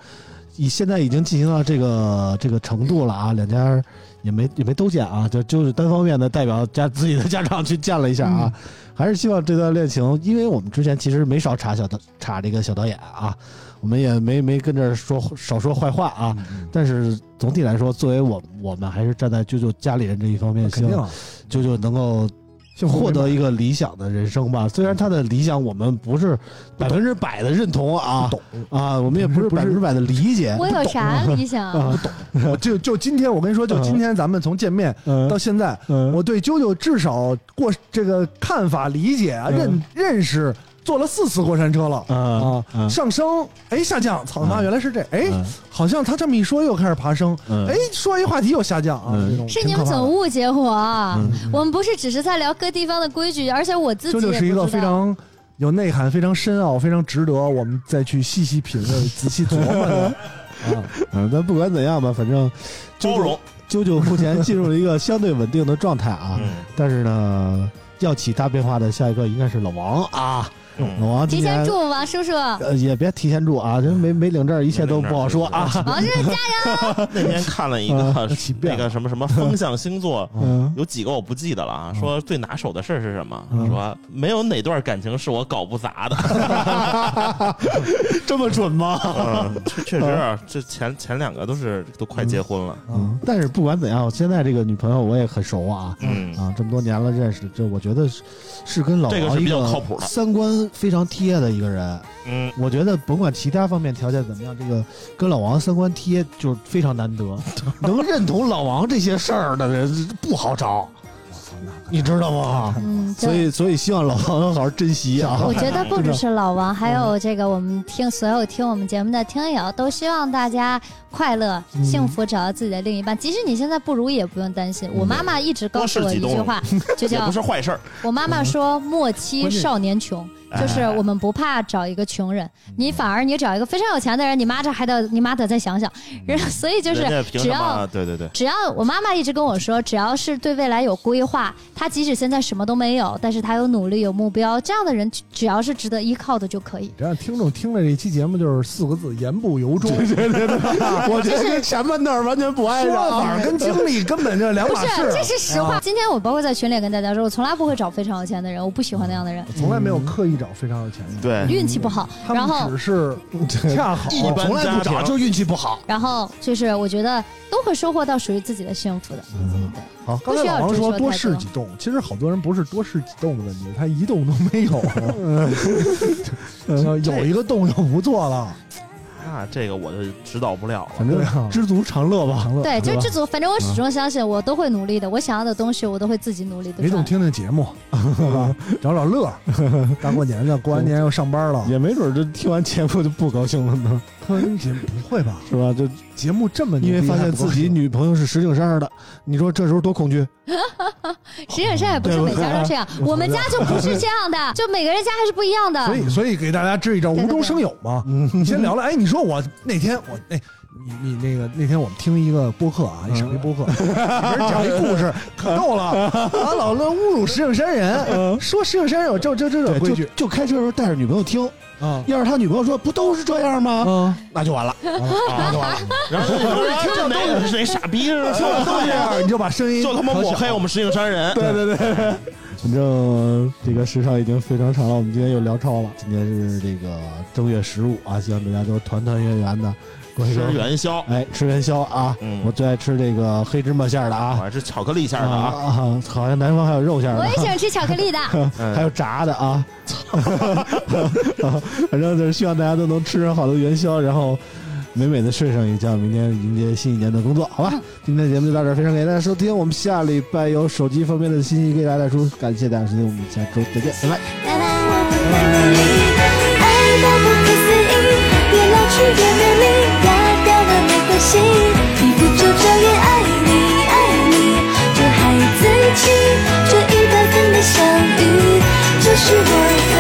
以现在已经进行到啊这个这个程度了啊，两家也没也没都见啊，就就是单方面的代表家自己的家长去见了一下啊，还是希望这段恋情，因为我们之前其实没少查小导查这个小导演啊，我们也没没跟这儿说少说坏话啊，但是总体来说，作为我我们还是站在舅舅家里人这一方面，希
肯定
望
啊
舅舅能够
幸福
获得
美
一个理想的人生吧。虽然他的理想我们不是百分之百的认同啊
满不
啊，我们也不是
不是
百分之百的理解
我有啥理想啊？
啊，
懂，我就就今天我跟你说，就今天咱们从见面
嗯
哎
到现在，
嗯
我对啾啾至少过这个看法、理解啊、
嗯
认认识，坐了四次过山车了。
嗯
啊
啊，上升，哎，下降，操他妈，原来是这，哎，好像他这么一说又开始爬升，
嗯
哎，说一话题又下降啊，
嗯
这种
是
挺
你
可
们
怕的
总误解我，啊我们不是只是在聊各地方的规矩，而且我自己
这就
也
是一个
不知
非
道
常有内涵、非常深奥、非常值得我们再去细细品味、仔细琢磨的。
嗯，但不管怎样吧，反正
包容，
啾啾目前进入了一个相对稳定的状态啊，
嗯，
但是呢，要起大变化的下一个应该是老王啊。
嗯
我今
提前
年
祝王叔叔，
呃也别提前住啊，人
嗯
没没领证，一切都不好说啊。
王叔叔加
那天看了一
啊
个
起变
那
了，
个什么什么风象星座
嗯，
啊
有几个我不记得了啊。说最拿手的事儿是什么？
嗯
说没有哪段感情是我搞不砸的。
这么准吗？
嗯，确确实啊，这前前两个都是都快结婚了。
嗯，但是不管怎样，我现在这个女朋友我也很熟啊，
嗯，
啊，这么多年了认识，这我觉得是是跟老
这个是
王一
比较靠谱的
三观非常贴的一个人。
嗯，
我觉得甭管其他方面条件怎么样，这个跟老王三观贴就是非常难 得，能认同老王这些事儿的人不好找，你知道吗？
嗯，对
所以，所以希望老王好好珍惜啊
我！觉得不只是老王，还有这个我们听所有听我们节目的听友，都希望大家快乐、
嗯
幸福，找到自己的另一半。即使你现在不如意，也不用担心。
嗯
我妈妈一直告诉我一句话，就
也
叫
不是坏事儿。
我妈妈说：“莫欺
关键
少年穷。”就是我们不怕找一个穷人，你反而你找一个非常有钱的人，你妈这还得你妈得再想想。然后 所以就是
嗯人家凭
只
什
要
么？啊对对对，
只要我妈妈一直跟我说，只要是对未来有规划，她即使现在什么都没有，但是她有努力、有目标，这样的人只只要是值得依靠的就可以。
这让听众听了这期节目就是四个字：言不由衷。
我觉得跟前半段完全不挨
说
着。
法跟经历根本就两
不
码
是，
事
这
儿，啊
是实话。今天我包括在群里也跟大家说，我从来不会找非常有钱的人，我不喜欢那样的人，
从来没有刻意找非常有钱
嗯
的，
对，
运气不好。
嗯他
然
们
后
只是哦恰好。
一般
从来不
家
找，
庭
就是运气不 好。
然后就是我觉得都会收获到属于自己的幸福的。
嗯好，刚才老王说多试几动，其实好多人不是多试几动的问题，他一动都没有， 呃有一个动就不做了。
那这个我就指导不了了
反。正
啊
知足常乐吧，
对，
是
就
吧
知足。反正我始
嗯
终相信，我都会努力的。我想要的东西，我都会自己努力的。
没总听听节目，对吧？找找 乐儿，大过年的，过完年又上班了。
也没准儿这听完节目就不高兴了呢，
听完节目不会吧？
啊
是吧？就
节目这么牛
因
逼
为发现自己女朋友是石景山的，你说这时候多恐惧？
实际上也不是每家都这样，我们家就不是 这样的，就每个人家还是不一样
啊
还不高兴，所以所
的。
以给大家支一招无中生有嘛。你
嗯
先聊聊，哎，你说我那天我那。你你那个那天我们听一个播客啊，一傻逼播客，
嗯
里边讲一故 事，可逗了啊！老论侮辱石景山人，说石景山人有这这这种
对，
规
就
矩
就开车的时候带着女朋友听，
啊
要是他女朋友说不都是这样吗？
啊！
那就完了。
啊， 然后这哪个是谁傻逼啊是吧？
就这
啊
样你就把声音
就他妈
调小
抹黑我们石景山人。
反正这个时长已经非常长了，我们今天又聊超了。今天是这个正月十五啊，希望大家都团团圆圆的过一
吃
个
元宵，
哎吃元宵啊！
嗯
我最爱吃这个黑芝麻馅儿的
我
啊
还是巧克力馅
啊
儿的啊。
啊！好像南方还有肉馅儿
我
的
也喜欢吃巧克力的，
啊，
嗯
还有炸的啊！ 反正就是希望大家都能吃上好的元宵，然后美美的睡上一觉，明天迎接新一年的工作，好吧？今天的节目就到这儿，非常感谢大家收听，我们下礼拜有手机方面的信息给大家带出，感谢大家收听，我们下周再见，拜拜。
拜拜，我不再努力，爱到不可思议，越老去越美丽，要掉了没关系，皮肤皱皱也爱你爱你，做孩子气，这一百分的相遇，就是我。啊